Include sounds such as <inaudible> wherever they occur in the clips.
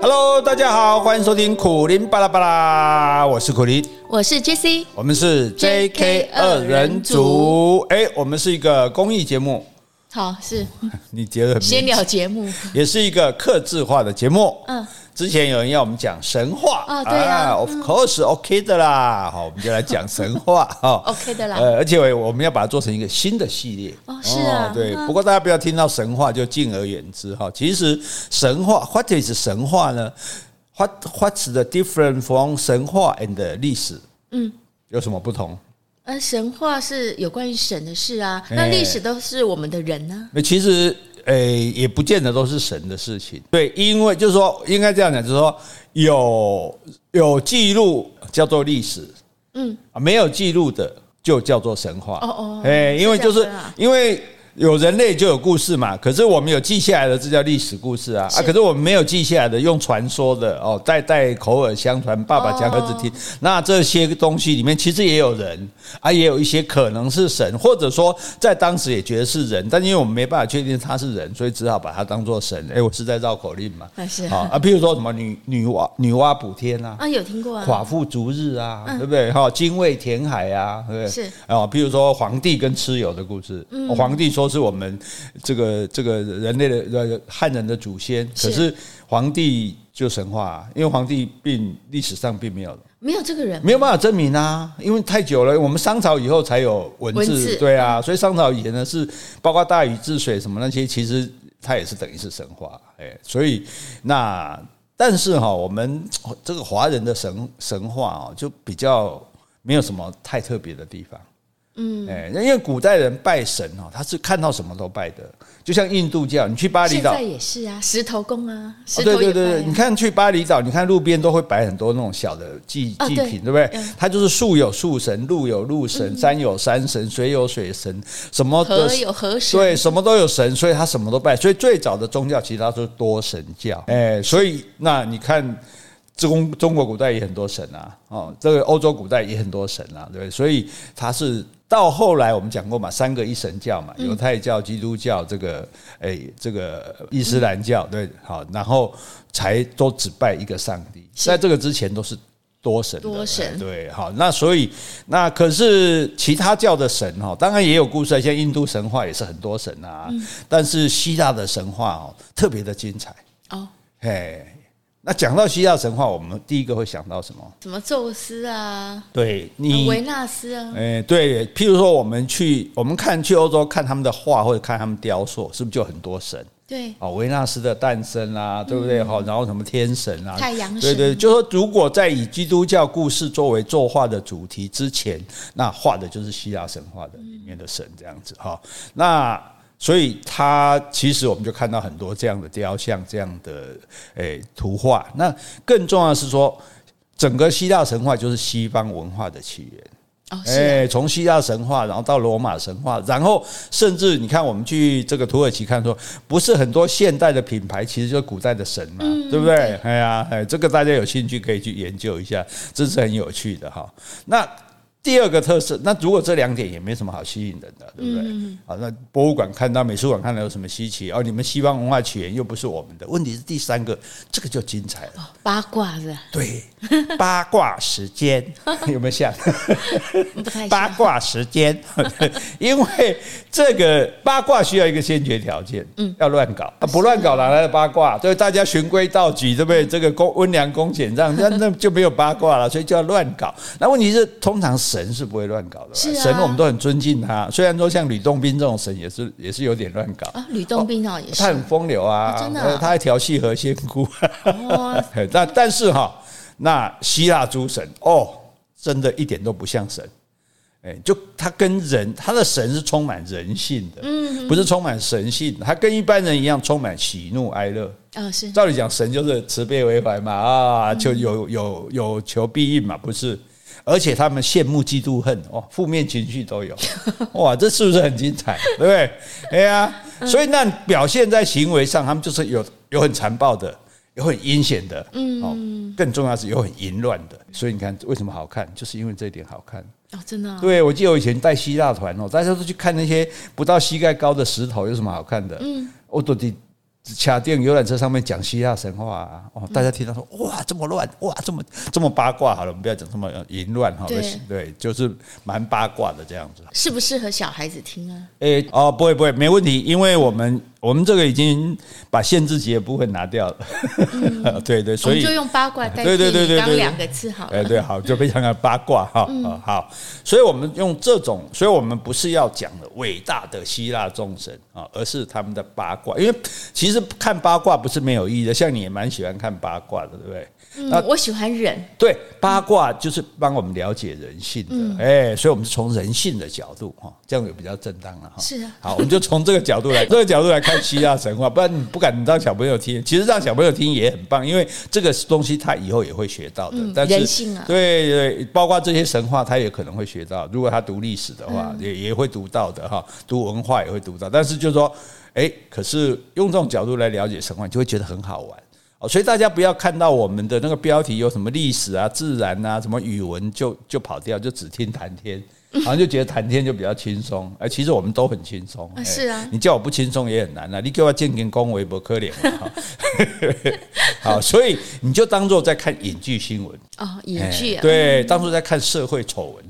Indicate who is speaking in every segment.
Speaker 1: Hello，大家好，欢迎收听苦林巴拉巴拉，我是苦林，
Speaker 2: 我是 JC，
Speaker 1: 我们是 JK
Speaker 2: JK
Speaker 1: 二人组。哎，我们是一个公益节目，
Speaker 2: 好是
Speaker 1: 你觉得很
Speaker 2: 闲聊节目
Speaker 1: 也是一个克制化的节目。
Speaker 2: 嗯，
Speaker 1: 之前有人要我们讲神话
Speaker 2: 啊对啊
Speaker 1: ，Of course OK 的啦，好，我们就来讲神 <laughs> 话哈。
Speaker 2: OK 的啦
Speaker 1: 呃，而且我们要把它做成一个新的系列。
Speaker 2: 哦是啊
Speaker 1: 对。
Speaker 2: 嗯
Speaker 1: 不过大家不要听到神话就敬而远之哈。其实神话，What is 神话呢？What What's the different from 神话 and 历史？嗯，有什么不同？
Speaker 2: 呃，神话是有关于神的事啊，
Speaker 1: 哎
Speaker 2: 那历史都是我们的人呢、
Speaker 1: 那其实，诶、也不见得都是神的事情。对，因为就是说，应该这样讲，就是说，有有记录叫做历史，嗯，没有记录的就叫做神话。
Speaker 2: 哦哦
Speaker 1: 哎、因为
Speaker 2: 是这样
Speaker 1: 就是
Speaker 2: 分啊
Speaker 1: 因为。有人类就有故事嘛，可是我们有记下来的，这叫历史故事啊啊！
Speaker 2: 是
Speaker 1: 可是我们没有记下来的，用传说的哦，代代口耳相传，爸爸讲儿子听。那这些东西里面，其实也有人啊，也有一些可能是神，或者说在当时也觉得是人，但因为我们没办法确定他是人，所以只好把它当做神。哎、我是在绕口令嘛？
Speaker 2: 啊是啊
Speaker 1: 好啊，譬如说什么女女娲女娲补天啊，
Speaker 2: 啊，有听过啊？嗯
Speaker 1: 寡妇逐日啊，对不对？哈，精卫填海啊，对不对？
Speaker 2: 是嗯
Speaker 1: 啊，譬如说皇帝跟蚩尤的故事，皇帝说是我们这个这个人类的呃汉人的祖先，
Speaker 2: 是
Speaker 1: 可是皇帝就神话啊、因为皇帝并历史上并没有
Speaker 2: 没有这个人，
Speaker 1: 没有办法证明啊，因为太久了，我们商朝以后才有文字，
Speaker 2: 文字
Speaker 1: 对啊，所以商朝以前呢是包括大禹治水什么那些，其实它也是等于是神话，哎，所以那但是哈、我们这个华人的神神话哦，就比较没有什么太特别的地方。嗯，哎，因为古代人拜神哦，他是看到什么都拜的，就像印度教，你去巴厘
Speaker 2: 现
Speaker 1: 岛
Speaker 2: 在，也是啊，石头公啊，
Speaker 1: 哦
Speaker 2: 石
Speaker 1: 对
Speaker 2: 头
Speaker 1: 对
Speaker 2: 也
Speaker 1: 对对，
Speaker 2: 拜
Speaker 1: 你
Speaker 2: 啊，
Speaker 1: 看去巴厘岛，你看路边都会摆很多那种小的祭
Speaker 2: 啊
Speaker 1: 祭
Speaker 2: 对
Speaker 1: 品，对不对
Speaker 2: 嗯？
Speaker 1: 它就是树有树神，路有路神，山有山神，水有水神，什么的
Speaker 2: 河有河神，
Speaker 1: 对，什么都有神，所以他什么都拜。所以最早的宗教其实它是多神教，哎，所以那你看。中中国古代也很多神啊，哦，这个欧洲古代也很多神啊，对不对？所以它是到后来我们讲过嘛，三个一神教嘛，犹太教、基督教，这个哎，这个伊斯兰教，
Speaker 2: 嗯
Speaker 1: 对，好，然后才都只拜一个上帝。
Speaker 2: 是
Speaker 1: 在这个之前都是多神的，
Speaker 2: 多神
Speaker 1: 哎对，好，那所以那可是其他教的神哈，当然也有故事，像印度神话也是很多神啊，
Speaker 2: 嗯
Speaker 1: 但是希腊的神话哦特别的精彩，
Speaker 2: 哦，
Speaker 1: 嘿。那讲到希腊神话，我们第一个会想到什么？
Speaker 2: 什么宙斯啊，
Speaker 1: 对你
Speaker 2: 维纳斯啊，
Speaker 1: 哎、对，譬如说我们去，我们看去欧洲看他们的画或者看他们雕塑，是不是就很多神？
Speaker 2: 对，嗯
Speaker 1: 哦，维纳斯的诞生啊，对不对？好、然后什么天神啊，
Speaker 2: 太阳神
Speaker 1: 对对，就说如果在以基督教故事作为作画的主题之前，那画的就是希腊神话的里面的神这样子哈、那所以它其实我们就看到很多这样的雕像、这样的诶图画。那更重要的是说，整个希腊神话就是西方文化的起源。
Speaker 2: 哦是啊，
Speaker 1: 哎，从希腊神话，然后到罗马神话，然后甚至你看，我们去这个土耳其看说，不是很多现代的品牌，其实就是古代的神嘛，
Speaker 2: 嗯
Speaker 1: 对不对？哎呀，哎，这个大家有兴趣可以去研究一下，这是很有趣的哈。那第二个特色，那如果这两点也没什么好吸引人的，对不对？
Speaker 2: 嗯
Speaker 1: 好，那博物馆看到、美术馆看到有什么稀奇？哦，你们西方文化起源又不是我们的。问题是第三个，这个就精彩了。
Speaker 2: 八卦的
Speaker 1: 对，八卦时间
Speaker 2: <laughs>
Speaker 1: 有没有像？
Speaker 2: 不
Speaker 1: <laughs>
Speaker 2: 太
Speaker 1: 八
Speaker 2: 像，
Speaker 1: 卦时间， <laughs> 因为这个八卦需要一个先决条件，嗯，要乱搞，啊、不乱搞哪来的八卦？所以大家循规蹈矩，对不对？这个公温良恭俭让，
Speaker 2: <laughs>
Speaker 1: 那那就没有八卦了，所以就要乱搞。那问题是，通常神是不会乱搞的吧，
Speaker 2: 是啊
Speaker 1: 神我们都很尊敬他，虽然说像吕洞宾这种神也是也是有点乱搞。
Speaker 2: 啊，吕洞宾哦也是
Speaker 1: 他，很风流啊，
Speaker 2: 哦真的啊
Speaker 1: 他还调戏何仙姑，
Speaker 2: 哦，
Speaker 1: <laughs> 但但是哈、那希腊诸神哦，真的一点都不像神。哎，就他跟人，他的神是充满人性的，不是充满神性的，他跟一般人一样充满喜怒哀乐。
Speaker 2: 啊是，
Speaker 1: 照理讲，神就是慈悲为怀嘛，啊，就有有有求必应嘛，不是？而且他们羡慕、嫉妒、恨，哦，负面情绪都有，哇，这是不是很精彩？对不对？哎呀、所以那表现在行为上，他们就是有有很残暴的，有很阴险的，嗯，更重要是有很淫乱的。所以你看，为什么好看，就是因为这一点好看。
Speaker 2: 哦真的啊，
Speaker 1: 对，我记得我以前带希腊团哦，大家都去看那些不到膝盖高的石头，有什么好看的？嗯，我到底卡定游览车上面讲希腊神话、啊，哦，
Speaker 2: 嗯
Speaker 1: 大家听到说哇这么乱，哇这么这么八卦，好了，我们不要讲这么呃淫乱哈，
Speaker 2: 对
Speaker 1: 对，就是蛮八卦的这样子。
Speaker 2: 适不适合小孩子听啊？
Speaker 1: 诶、哦，不会不会，没问题，因为我们我们这个已经把限制级的部分拿掉了， <laughs> 对对，
Speaker 2: 嗯我
Speaker 1: 所
Speaker 2: 们
Speaker 1: 以
Speaker 2: 就用八卦代替
Speaker 1: 对对对对
Speaker 2: 你刚
Speaker 1: 对
Speaker 2: 两个字好
Speaker 1: 哎，
Speaker 2: 了。
Speaker 1: 对，好，就非常的八卦哈、
Speaker 2: 嗯
Speaker 1: 啊好，所以我们用这种，所以我们不是要讲的伟大的希腊众神啊，而是他们的八卦，因为其实看八卦不是没有意义的，像你也蛮喜欢看八卦的，对不对？
Speaker 2: 嗯，我喜欢忍，
Speaker 1: 对，八卦就是帮我们了解人性的，
Speaker 2: 嗯
Speaker 1: 哎、所以我们是从人性的角度哈，这样也比较正当了哈。
Speaker 2: 是啊
Speaker 1: 好，我们就从这个角度来，这个角度来看希腊神话，不然你不敢让小朋友听。其实让小朋友听也很棒，因为这个东西他以后也会学到的。
Speaker 2: 嗯
Speaker 1: 但是
Speaker 2: 人性啊
Speaker 1: 对对，包括这些神话，他也可能会学到。如果他读历史的话，
Speaker 2: 嗯
Speaker 1: 也也会读到的哈，读文化也会读到。但是就是说，哎，可是用这种角度来了解神话，你就会觉得很好玩。哦，所以大家不要看到我们的那个标题有什么历史啊、自然啊、什么语文就就跑掉，就只听谈
Speaker 2: <laughs>
Speaker 1: 天，好像就觉得谈天就比较轻松。哎，其实我们都很轻松。
Speaker 2: 啊
Speaker 1: 哎
Speaker 2: 是啊
Speaker 1: 你叫我不轻松也很难啊，你给我见见恭维不可怜嘛。哈 <laughs> 好，所以你就当做在看影剧新闻，
Speaker 2: 哦，影剧
Speaker 1: 哎
Speaker 2: 啊，
Speaker 1: 对，当做在看社会丑闻，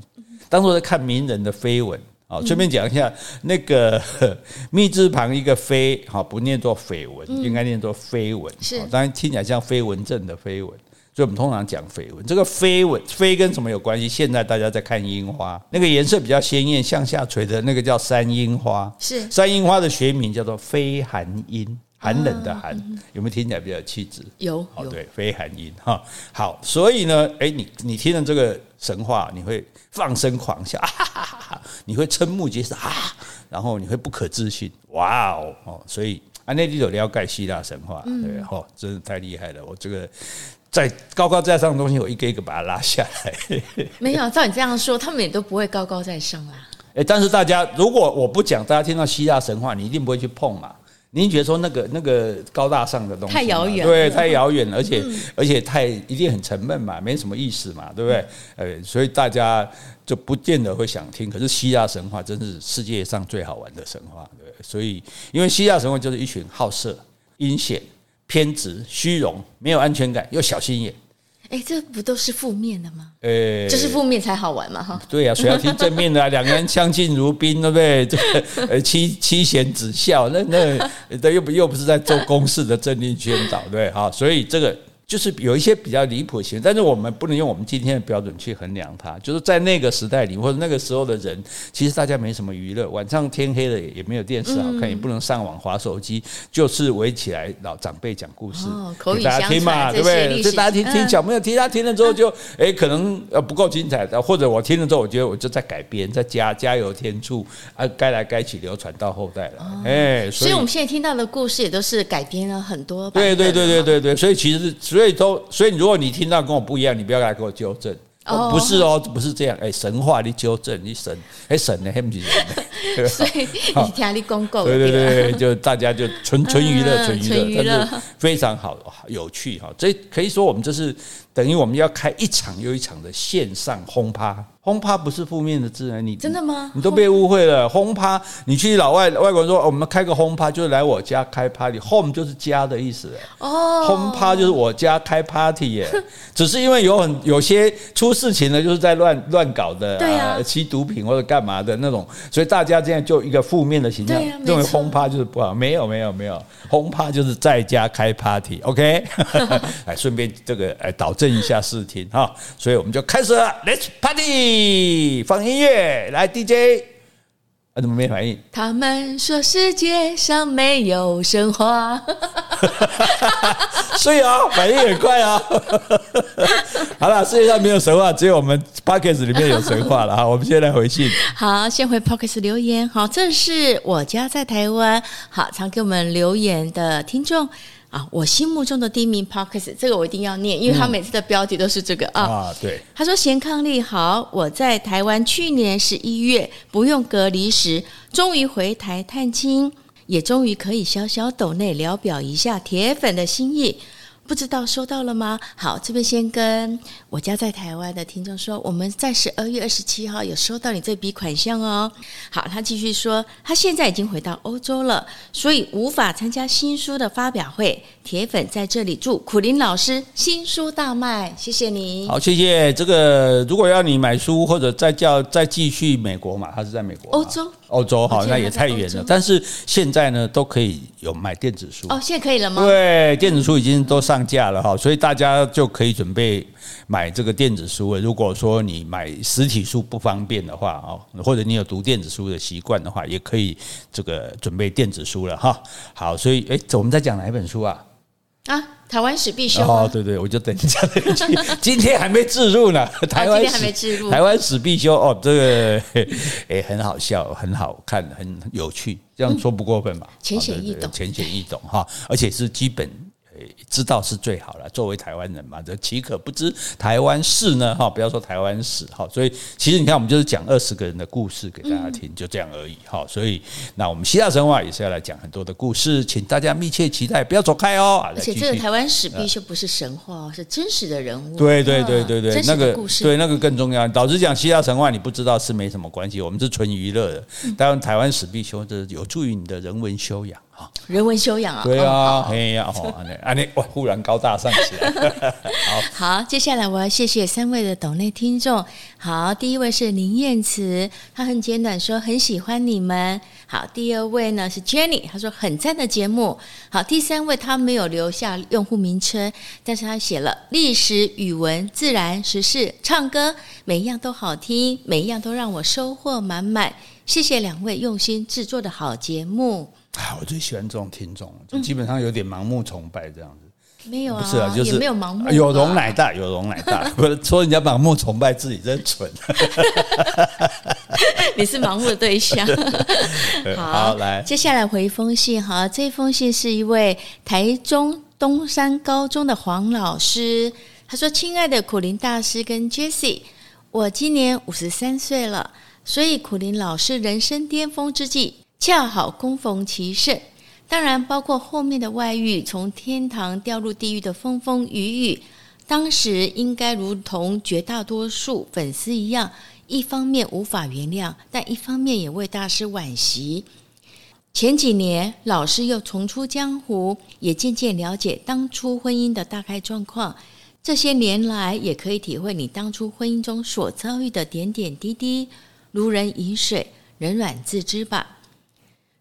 Speaker 1: 当做在看名人的绯闻。啊，
Speaker 2: 嗯
Speaker 1: 顺便讲一下，那个 <laughs> 呵密字旁一个绯，好，不念作绯闻，应该念作绯闻。
Speaker 2: 嗯是
Speaker 1: 好当然听起来像绯闻症的绯闻，所以我们通常讲绯闻。这个绯闻，绯跟什么有关系？现在大家在看樱花，那个颜色比较鲜艳，向下垂的那个叫山樱花。
Speaker 2: 是
Speaker 1: 山樱花的学名叫做绯寒樱，寒冷
Speaker 2: 啊
Speaker 1: 的寒，
Speaker 2: 嗯
Speaker 1: 有没有听起来比较有气质？
Speaker 2: 有
Speaker 1: 哦，
Speaker 2: 有，
Speaker 1: 对，非寒音哈。好，所以呢，哎，你你听了这个神话，你会放声狂笑，啊、哈哈哈哈你会瞠目结舌啊，然后你会不可置信，哇哦哦，所以安内利有了解希腊神话，对，哦，真的太厉害了，我这个。在高高在上的东西，我一个一个把它拉下来。
Speaker 2: 没有照你这样说，他们也都不会高高在上啦。
Speaker 1: 哎，但是大家如果我不讲，大家听到希腊神话，你一定不会去碰嘛。你一定觉得说那个那个高大上的东西嘛
Speaker 2: 太遥远嗯
Speaker 1: 对，太遥远了，而且、而且太一定很沉闷嘛，没什么意思嘛，对不对？呃，所以大家就不见得会想听。可是希腊神话真是世界上最好玩的神话，对不对所以因为希腊神话就是一群好色、阴险、偏执、虚荣、没有安全感又小心眼，
Speaker 2: 哎，这不都是负面的吗？
Speaker 1: 呃，
Speaker 2: 这是负面才好玩嘛，哈。
Speaker 1: 对呀、啊，谁要听正面的、啊？两个人相敬如宾，对不对？这个呃妻妻贤子孝，那那那又不又不是在做公式的政令宣导，对不对好，所以这个就是有一些比较离谱的行为，但是我们不能用我们今天的标准去衡量它。就是在那个时代里，或者那个时候的人，其实大家没什么娱乐，晚上天黑了也也没有电视好看，也不能上网划手机，就是围起来老长辈讲故事，
Speaker 2: 哦口语
Speaker 1: 给大家
Speaker 2: 相
Speaker 1: 听嘛，
Speaker 2: 传
Speaker 1: 对
Speaker 2: 这
Speaker 1: 不
Speaker 2: 些
Speaker 1: 对？
Speaker 2: 历
Speaker 1: 这
Speaker 2: 史
Speaker 1: 大家听听
Speaker 2: 嗯
Speaker 1: 小朋友听他听了之后就，哎，可能呃不够精彩，呃或者我听了之后，我觉得我就在改编，在加加油添醋，啊，该来该去流传到后代了，哎、
Speaker 2: 哦所以我们现在听到的故事也都是改编了很多版
Speaker 1: 对对
Speaker 2: 本。
Speaker 1: 对对对对，所以其实所以都所以如果你听到跟我不一样，你不要来给我纠正。哦
Speaker 2: 哦，
Speaker 1: 不是哦，不是这样。哎、神话你纠正，你神，哎、神呢，还不是人呢对吧
Speaker 2: <laughs> 所以你听你公公
Speaker 1: 对对对，对就大家就纯纯娱乐，
Speaker 2: 嗯
Speaker 1: 纯娱
Speaker 2: 纯娱
Speaker 1: 乐，但
Speaker 2: 乐
Speaker 1: 是非常好有趣哈。这可以说我们这是等于我们要开一场又一场的线上轰趴，轰趴不是负面的字啊，你
Speaker 2: 真的吗
Speaker 1: 你都被误会了，轰趴，你去老外外国人说哦我们开个轰趴，就是来我家开 party，home 就是家的意思。
Speaker 2: 哦，
Speaker 1: 轰趴就是我家开 party
Speaker 2: <laughs>
Speaker 1: 耶，只是因为有很有些出事情的，就是在乱乱搞的、
Speaker 2: 对啊
Speaker 1: 吸毒品或者干嘛的那种，所以大家现在就一个负面的形象，
Speaker 2: 对啊没
Speaker 1: 认为
Speaker 2: 错
Speaker 1: 轰趴就是不好。没有没有没有，轰趴就是在家开
Speaker 2: <laughs>
Speaker 1: party，OK？、哎，顺便这个哎导正一下视听哈，所以我们就开始了，Let's party，放音乐，来 DJ，啊怎么没反应？
Speaker 2: 他们说世界上没有神话，
Speaker 1: 所以啊，反应很快啊。 <laughs> 好了，世界上没有神话，只有我们 p o c k e t 里面有神话了哈。啊我们现在回信，
Speaker 2: 好，先回 Pockets 留言。好，这是我家在台湾，好常给我们留言的听众啊，我心目中的第一名 Pockets，这个我一定要念，因为他每次的标题都是这个啊。
Speaker 1: 啊，对，
Speaker 2: 他说：“贤伉俪好，我在台湾去年十一月不用隔离时，终于回台探亲，也终于可以小小抖内聊表一下铁粉的心意。不知道收到了吗？好，这边先跟我家在台湾的听众说，我们在十二月二十七号有收到你这笔款项哦。好，他继续说，他现在已经回到欧洲了，所以无法参加新书的发表会。铁粉在这里祝苦林老师新书大卖，谢谢你。
Speaker 1: 好，谢谢。这个如果要你买书或者再叫再继续美国嘛，他是在美国嘛，
Speaker 2: 欧洲
Speaker 1: 欧洲
Speaker 2: 我
Speaker 1: 好，
Speaker 2: 记得
Speaker 1: 那
Speaker 2: 他
Speaker 1: 也
Speaker 2: 在
Speaker 1: 太
Speaker 2: 欧
Speaker 1: 远
Speaker 2: 洲
Speaker 1: 了。但是现在呢，都可以有买电子书。
Speaker 2: 哦，现在可以了吗？
Speaker 1: 对，电子书已经都上架了哈，所以大家就可以准备买这个电子书了。如果说你买实体书不方便的话哦，或者你有读电子书的习惯的话，也可以这个准备电子书了哈。好，所以哎，我们在讲哪一本书啊？
Speaker 2: 啊，台湾史必修
Speaker 1: 哦
Speaker 2: 啊，，
Speaker 1: 对对，我就等一下这个去，今天还没置入呢，台湾
Speaker 2: 哦今天还
Speaker 1: 史
Speaker 2: 没置入
Speaker 1: 台湾史必修哦，这个哎很好笑，很好看，很有趣，这样说不过分吧？
Speaker 2: 浅显
Speaker 1: 哦对对
Speaker 2: 易懂
Speaker 1: 浅显易懂哈，而且是基本。哎知道是最好了。作为台湾人嘛，这岂可不知台湾事呢？哈，不要说台湾史哈，所以其实你看，我们就是讲二十个人的故事给大
Speaker 2: 嗯
Speaker 1: 家听，就这样而已哈。所以那我们希腊神话也是要来讲很多的故事，请大家密切期待，不要走开哦。啊
Speaker 2: 而且
Speaker 1: 来继
Speaker 2: 这个
Speaker 1: 续嗯
Speaker 2: 台湾史必修不是神话哦，是真实的人物，
Speaker 1: 对对
Speaker 2: 啊
Speaker 1: 对对对，
Speaker 2: 真
Speaker 1: 那
Speaker 2: 实
Speaker 1: 个
Speaker 2: 的故事，
Speaker 1: 对那个更重要。老实讲，希腊神话你不知道是没什么关系，我们是纯娱乐的。
Speaker 2: 嗯
Speaker 1: 当然，台湾史必修这有助于你的人文修养啊。
Speaker 2: 人文修养啊。
Speaker 1: 对
Speaker 2: 哦
Speaker 1: 啊，哎呀，哦，安尼安尼，哇，忽然高大上起来。 <laughs>
Speaker 2: 好，接下来我要谢谢三位的抖内听众。好，第一位是林燕慈，她很简短说很喜欢你们。好，第二位呢是 Jenny，她说很赞的节目。好，第三位她没有留下用户名称，但是她写了历史、语文、自然、时事、唱歌，每一样都好听，每一样都让我收获满满。谢谢两位用心制作的好节目。
Speaker 1: 啊，我最喜欢这种听众，就
Speaker 2: 嗯
Speaker 1: 基本上有点盲目崇拜这样子。
Speaker 2: 没有啊，
Speaker 1: 不是啊，就是
Speaker 2: 也没有盲目吧，
Speaker 1: 有容乃大，有容乃大。不是说人家盲目崇拜自己，真蠢。
Speaker 2: <laughs> <laughs> 你是盲目的对象。 <laughs>
Speaker 1: 好来
Speaker 2: 接下来回一封信哈，这封信是一位台中东山高中的黄老师，他说：“亲爱的苦林大师跟 Jessie，我今年五十三岁了，所以苦林老师人生巅峰之际，恰好恭逢其盛。”当然，包括后面的外遇，从天堂掉入地狱的风风雨雨，当时应该如同绝大多数粉丝一样，一方面无法原谅，但一方面也为大师惋惜。前几年，老师又重出江湖，也渐渐了解当初婚姻的大概状况。这些年来，也可以体会你当初婚姻中所遭遇的点点滴滴，如人饮水，冷暖自知吧。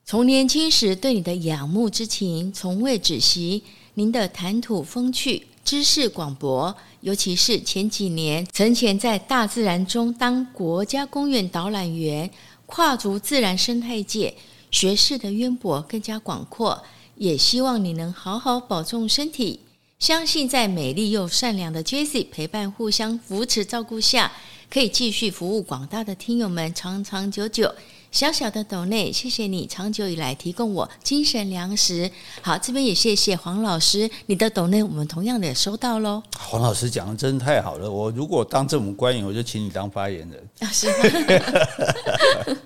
Speaker 2: 从年轻时对你的仰慕之情从未止息，您的谈吐风趣，知识广博，尤其是前几年曾前在大自然中当国家公园导览员，跨足自然生态界，学识的渊博更加广阔。也希望你能好好保重身体，相信在美丽又善良的 Jessie 陪伴、互相扶持、照顾下，可以继续服务广大的听友们，长长久久。小小的斗内，谢谢你长久以来提供我精神粮食。好，这边也谢谢黄老师，你的斗内我们同样的也收到喽。
Speaker 1: 黄老师讲的真太好了，我如果当政府官员，我就请你当发言人。
Speaker 2: 啊，是吗？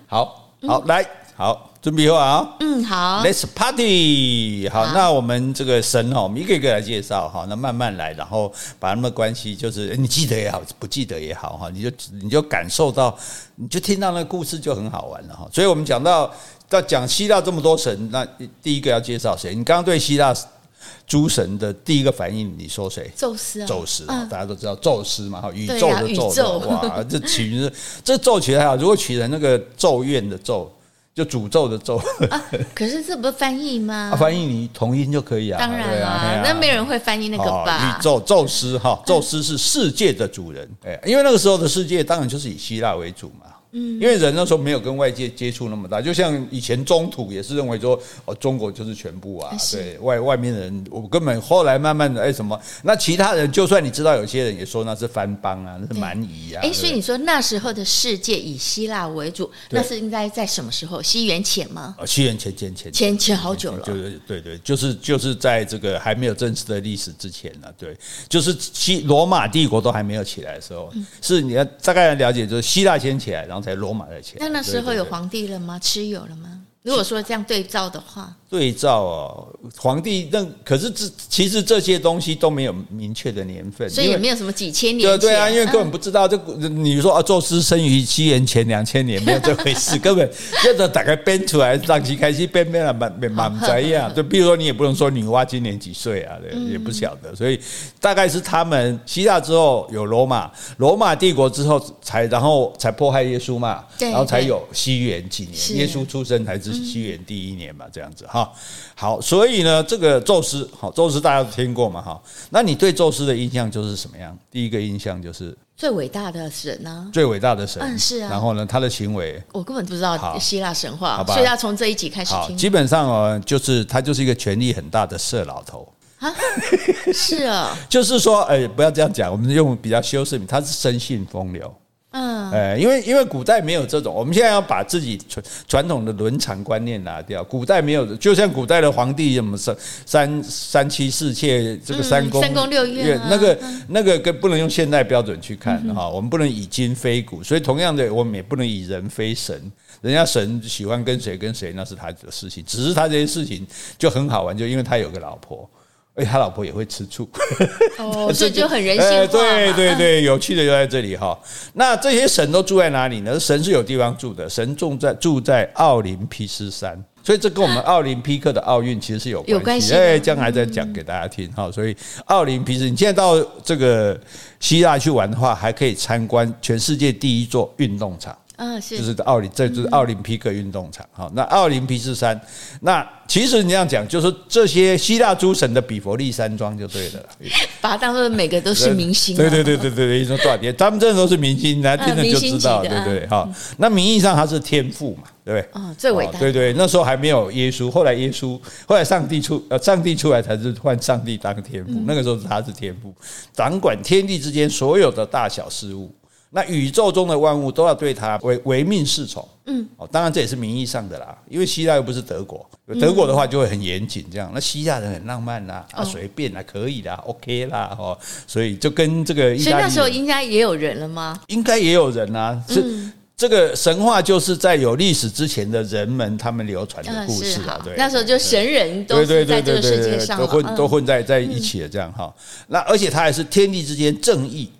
Speaker 1: 好，好，来，好，准备好啊、哦。
Speaker 2: <laughs> 嗯，好，
Speaker 1: Let's party！好，
Speaker 2: 好
Speaker 1: 那我们这个神哈，我们一个一个来介绍哈，那慢慢来，然后把他们的关系，就是哎诶你记得也好，不记得也好哈，你就你就感受到，你就听到那个故事就很好玩了哈。所以我们讲到到讲希腊这么多神，那第一个要介绍谁？你刚刚对希腊诸神的第一个反应，你说谁？
Speaker 2: 宙斯啊，
Speaker 1: 宙斯，
Speaker 2: 嗯，
Speaker 1: 大家都知道宙斯嘛，哈，宇
Speaker 2: 对
Speaker 1: 宙
Speaker 2: 啊
Speaker 1: 的
Speaker 2: 宇
Speaker 1: 宙，
Speaker 2: 宙
Speaker 1: 哇，这取名是这咒取得还好，如果取成那个咒怨的咒，就诅咒的咒，
Speaker 2: 嗯啊可是这不是翻译吗？
Speaker 1: 啊，翻译你同音就可以啊。
Speaker 2: 当然
Speaker 1: 对
Speaker 2: 啦、
Speaker 1: 啊，
Speaker 2: 那没
Speaker 1: 有。
Speaker 2: 人会翻译那个
Speaker 1: 哦，
Speaker 2: 吧？嗯
Speaker 1: 宇宙宙斯哈，宙斯是世界的主人，哎，因为那个时候的世界当然就是以希腊为主嘛，嗯，因为人那时候没有跟外界接触那么大，就像以前中土也是认为说，哦，中国就是全部啊，
Speaker 2: 哎是
Speaker 1: 对外外面的人，我根本后来慢慢的，哎，什么，那其他人就算你知道，有些人也说那是番邦啊，那是蛮夷啊，
Speaker 2: 哎，
Speaker 1: 对
Speaker 2: 所以你说那时候的世界以希腊为主，
Speaker 1: 对
Speaker 2: 那是应该在什么时候？西元前吗？
Speaker 1: 呃，西元前前前
Speaker 2: 前前好久了
Speaker 1: 就是对对，就是就是在这个还没有正式的历史之前呢、对，就是西罗马帝国都还没有起来的时候，
Speaker 2: 嗯
Speaker 1: 是你要大概了解，就是希腊先起来，然后才罗马再起来。
Speaker 2: 那那时候有
Speaker 1: 对对对
Speaker 2: 皇帝了吗？蚩尤了吗？如果说这样对照的话，
Speaker 1: 对照哦，皇帝认可是这其实这些东西都没有明确的年份，
Speaker 2: 所以也
Speaker 1: 因为
Speaker 2: 没有什么几千年
Speaker 1: 对
Speaker 2: 前。
Speaker 1: 对啊，因为根本
Speaker 2: 嗯
Speaker 1: 不知道这古你说啊，宙斯生于西元前两千年，没有这回事， <laughs> 根本就是大概编出来，让其开心编编了满满满宅一样。就啊比如说你也不能说女娲今年几岁啊，对，
Speaker 2: 嗯
Speaker 1: 也不晓得，所以大概是他们希腊之后有罗马，罗马帝国之后才然后才迫害耶稣嘛，
Speaker 2: 对
Speaker 1: 然后才
Speaker 2: 对
Speaker 1: 有西元几年，
Speaker 2: 是
Speaker 1: 耶稣出生才是西元第一年嘛，这样子哈。好，所以呢，这个宙斯，好，宙斯大家都听过嘛哈。那你对宙斯的印象就是什么样？第一个印象就是
Speaker 2: 最伟大的神呢、
Speaker 1: 最伟大的神，
Speaker 2: 嗯是啊
Speaker 1: 然后呢，他的行为，
Speaker 2: 我根本不知
Speaker 1: 好
Speaker 2: 道希腊神话
Speaker 1: 好，吧
Speaker 2: 所以要从这一集开始
Speaker 1: 好，
Speaker 2: 听
Speaker 1: 基本上哦，就是他就是一个权力很大的色老头。
Speaker 2: 啊。是哦，
Speaker 1: 就是说，哎、不要这样讲，我们用比较修饰名，他是生性风流。
Speaker 2: 嗯，
Speaker 1: 哎，因为因为古代没有这种，我们现在要把自己传传统的伦常观念拿掉。古代没有，就像古代的皇帝什么三三三妻四妾，这个
Speaker 2: 嗯
Speaker 1: 三宫、
Speaker 2: 三宫六院啊嗯
Speaker 1: 那个那个跟不能用现代标准去看哈、我们不能以今非古，所以同样的，我们也不能以人非神。人家神喜欢跟谁跟谁，那是他的事情。只是他这些事情就很好玩，就因为他有个老婆，而且他老婆也会吃醋。 <laughs>
Speaker 2: 哦，所以就很人性化
Speaker 1: 哎
Speaker 2: 嘛。
Speaker 1: 对对
Speaker 2: 嗯
Speaker 1: 对，有趣的就在这里哈。那这些神都住在哪里呢？神是有地方住的，神住在住在奥林匹斯山。所以这跟我们奥林匹克的奥运其实是有
Speaker 2: 有关系的嗯
Speaker 1: 哎，将来再讲给大家听哈。所以奥林匹斯，你现在到这个希腊去玩的话，还可以参观全世界第一座运动场。
Speaker 2: 嗯，是
Speaker 1: 就是奥林，这就是奥林匹克运动场。
Speaker 2: 嗯
Speaker 1: 好，那奥林匹斯山，那其实你这样讲，就是这些希腊诸神的比佛利山庄就对了啦。
Speaker 2: 把它当做每个都是明星、啊。
Speaker 1: 对对对对对对，一说大爹，他们这都是明星，大家听了就知道，
Speaker 2: 嗯明星级
Speaker 1: 对
Speaker 2: 的
Speaker 1: 对对，好。那名义上他是天赋嘛，对不对？
Speaker 2: 哦最伟大
Speaker 1: 哦对对，那时候还没有耶稣，后来耶稣，后来上帝出，呃，上帝出来才是换上帝当天赋，那个时候他是天赋，掌管天地之间所有的大小事物。那宇宙中的万物都要对他唯唯命是从，嗯，哦，当然这也是名义上的啦，因为希腊又不是德国，德国的话就会很严谨这样，那希腊人很浪漫啦，啊，
Speaker 2: 哦
Speaker 1: 随便啦，可以啦，OK 啦，哦，所以就跟这个意
Speaker 2: 所以
Speaker 1: 大利
Speaker 2: 那时候
Speaker 1: 人
Speaker 2: 应该也有人了吗？
Speaker 1: 应该也有人啊，是、
Speaker 2: 嗯
Speaker 1: 这个神话就是在有历史之前的人们他们流传的
Speaker 2: 嗯，
Speaker 1: 故
Speaker 2: 是
Speaker 1: 事啊
Speaker 2: 好，，
Speaker 1: 对，
Speaker 2: 那时候就神人都
Speaker 1: 对对
Speaker 2: 是在
Speaker 1: 对对
Speaker 2: 这个世界
Speaker 1: 对对，
Speaker 2: 上
Speaker 1: 都
Speaker 2: 了，
Speaker 1: 混都
Speaker 2: 嗯、
Speaker 1: 混在在一起的这样哈。那而且它还是天地之间正义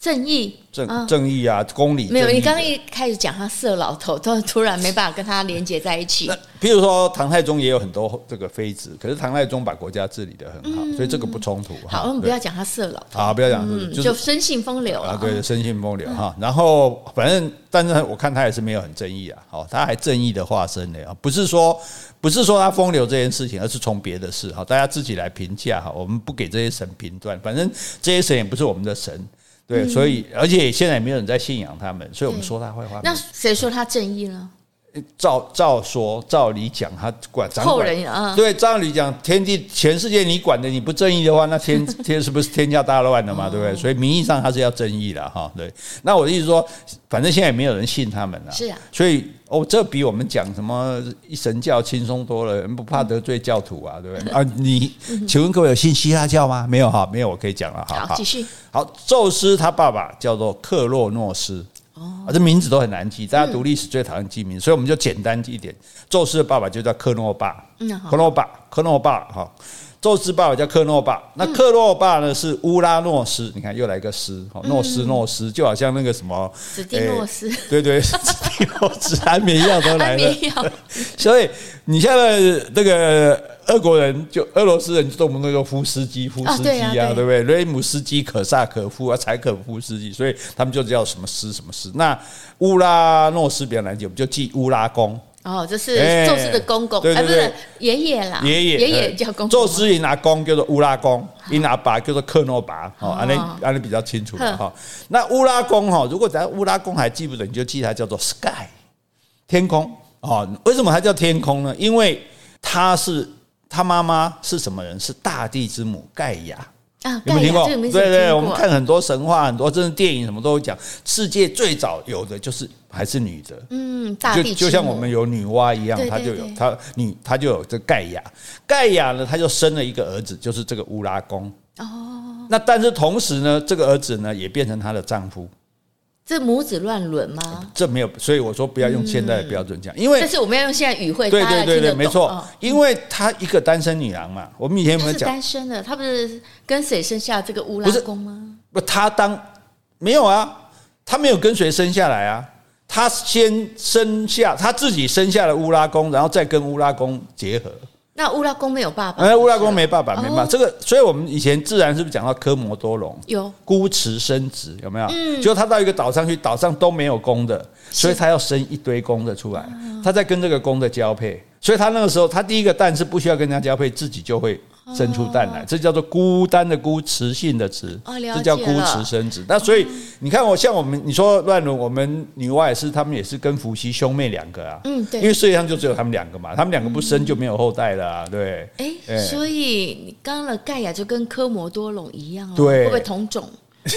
Speaker 2: 正义
Speaker 1: 正
Speaker 2: 嗯
Speaker 1: 正义啊，公理
Speaker 2: 没有，
Speaker 1: 正义
Speaker 2: 你刚
Speaker 1: 的
Speaker 2: 刚一开始讲他色老头，突突然没办法跟他连接在一起
Speaker 1: 那。比如说唐太宗也有很多这个妃子，可是唐太宗把国家治理的很好，所以这个不冲突。哈
Speaker 2: 嗯好，我们不
Speaker 1: 对
Speaker 2: 要讲他色老头，
Speaker 1: 好，不要讲，
Speaker 2: 嗯，
Speaker 1: 就
Speaker 2: 就是嗯生性风流
Speaker 1: 啊
Speaker 2: 了，。
Speaker 1: 对，生性风流哈。然后反正，但是我看他也是没有很正义啊，好，他还正义的化身呢啊，不是说不是说他风流这件事情，而是从别的事哈，大家自己来评价哈，我们不给这些神评断，反正这些神也不是我们的神。对，所以而且现在也没有人在信仰他们，所以我们
Speaker 2: 嗯对
Speaker 1: 说他坏话。
Speaker 2: 那谁说他正义呢？
Speaker 1: 照照说，照理讲，他管掌
Speaker 2: 后
Speaker 1: 管
Speaker 2: 人啊，
Speaker 1: 对，照理讲，天地全世界你管的你不正义的话，那天 <laughs> 天是不是天下大乱了
Speaker 2: 哦
Speaker 1: 嘛？对不对？所以名义上他是要正义的哈。对，那我的意思说，反正现在也没有人信他们了、
Speaker 2: 是啊
Speaker 1: 所以哦，这比我们讲什么一神教轻松多了，不怕得罪教徒啊，对
Speaker 2: <laughs>
Speaker 1: 不对？啊，你请问各位有信希腊教吗？没有哈，没有，我可以讲了哈。
Speaker 2: 好，继续。
Speaker 1: 好，宙斯他爸爸叫做克洛诺斯。啊，这名字都很难记，大家读历史最讨厌记名，所以我们就简单一点。宙斯的爸爸就叫克诺霸，
Speaker 2: 嗯，好
Speaker 1: 克，诺巴，克诺巴哈，宙斯爸爸叫克诺巴，那克诺巴呢是乌拉诺斯，你看又来一个斯，哦诺斯诺斯，就好像那个什么，
Speaker 2: 史蒂诺斯，
Speaker 1: 对对， <laughs> 斯蒂诺斯安眠药都哎来了，
Speaker 2: 安眠药，
Speaker 1: <laughs> 所以你现在那个俄国人就俄罗斯人就动不动就夫斯基夫斯基
Speaker 2: 啊对
Speaker 1: 啊，
Speaker 2: 啊
Speaker 1: 对不对？雷姆斯基、可萨可夫啊、柴可夫斯基，所以他们就叫什么斯什么斯。那乌拉诺斯比较难记，我们就记乌拉宫。
Speaker 2: 哦，这
Speaker 1: <laughs>
Speaker 2: 是
Speaker 1: 哎
Speaker 2: 宙斯的公公，
Speaker 1: 对对
Speaker 2: 哎，不
Speaker 1: 对
Speaker 2: 是爷爷啦，
Speaker 1: <laughs> 爷爷哎
Speaker 2: 爷爷叫公公啊
Speaker 1: 宙
Speaker 2: 吗，
Speaker 1: 斯因阿公叫做乌拉公，因阿爸叫做克诺拔，哦，安尼安尼比较清楚了
Speaker 2: 呵
Speaker 1: 哈。那乌拉公哈，如果咱乌拉公还记不得，你就记它叫做 sky 天空哦。为什么它叫天空呢？因为它是它妈妈是什么人？是大地之母盖亚。
Speaker 2: 啊，
Speaker 1: 有没有听
Speaker 2: 盖亚
Speaker 1: 过？
Speaker 2: 这个名字
Speaker 1: 对对，
Speaker 2: 听
Speaker 1: 我们
Speaker 2: 过
Speaker 1: 看很多神话，很多真的电影什么都会讲，世界最早有的就是还是女的，
Speaker 2: 嗯，大
Speaker 1: 就
Speaker 2: 地
Speaker 1: 就
Speaker 2: 之
Speaker 1: 像
Speaker 2: 母
Speaker 1: 我们有女娲一样
Speaker 2: 对，对
Speaker 1: 她就有
Speaker 2: 对
Speaker 1: 她女，她就有这盖亚。盖亚呢，她就生了一个儿子，就是这个乌拉宫。
Speaker 2: 哦，
Speaker 1: 那但是同时呢，这个儿子呢也变成她的丈夫，
Speaker 2: 这母子乱伦吗？
Speaker 1: 这没有，所以我说不要用现在的标准讲，因为
Speaker 2: 嗯但是我们要用现在语汇，
Speaker 1: 对
Speaker 2: 大
Speaker 1: 对
Speaker 2: 家才
Speaker 1: 对
Speaker 2: 听
Speaker 1: 对，
Speaker 2: 得懂
Speaker 1: 没错
Speaker 2: 哦，
Speaker 1: 因为她一个单身女郎嘛，我们以前有没
Speaker 2: 她
Speaker 1: 有
Speaker 2: 是
Speaker 1: 讲？
Speaker 2: 单身的，她不是跟谁生下这个乌拉
Speaker 1: 不是
Speaker 2: 宫吗？
Speaker 1: 不，她当没有啊，她没有跟谁生下来啊，她先生下她自己生下了乌拉宫，然后再跟乌拉宫结合。
Speaker 2: 那乌拉宫没有爸爸，
Speaker 1: 哎，乌拉宫没办法，
Speaker 2: 哦
Speaker 1: 没办法，这个，所以我们以前自然是不是讲到科摩多龙？
Speaker 2: 有
Speaker 1: 孤雌生子有没有？
Speaker 2: 嗯
Speaker 1: 结果他到一个岛上去，岛上都没有公的，所以他要生一堆公的出来，
Speaker 2: 哦
Speaker 1: 他再跟这个公的交配，所以他那个时候他第一个蛋是不需要跟人家交配，自己就会生出蛋来，这叫做孤单的孤，雌性的雌，
Speaker 2: 哦了解
Speaker 1: 这叫孤
Speaker 2: 了哦
Speaker 1: 雌生子。那所以你看，我像我们你说乱伦，我们女娲也是，他们也是跟伏羲兄妹两个啊，
Speaker 2: 嗯对
Speaker 1: 因为世界上就只有他们两个嘛，他们两个不生就没有后代了、啊，对。
Speaker 2: 哎、
Speaker 1: 哎
Speaker 2: 所以你刚刚的盖亚就跟科摩多龙一样了，哦
Speaker 1: 对
Speaker 2: 会不会同
Speaker 1: <laughs>
Speaker 2: 种？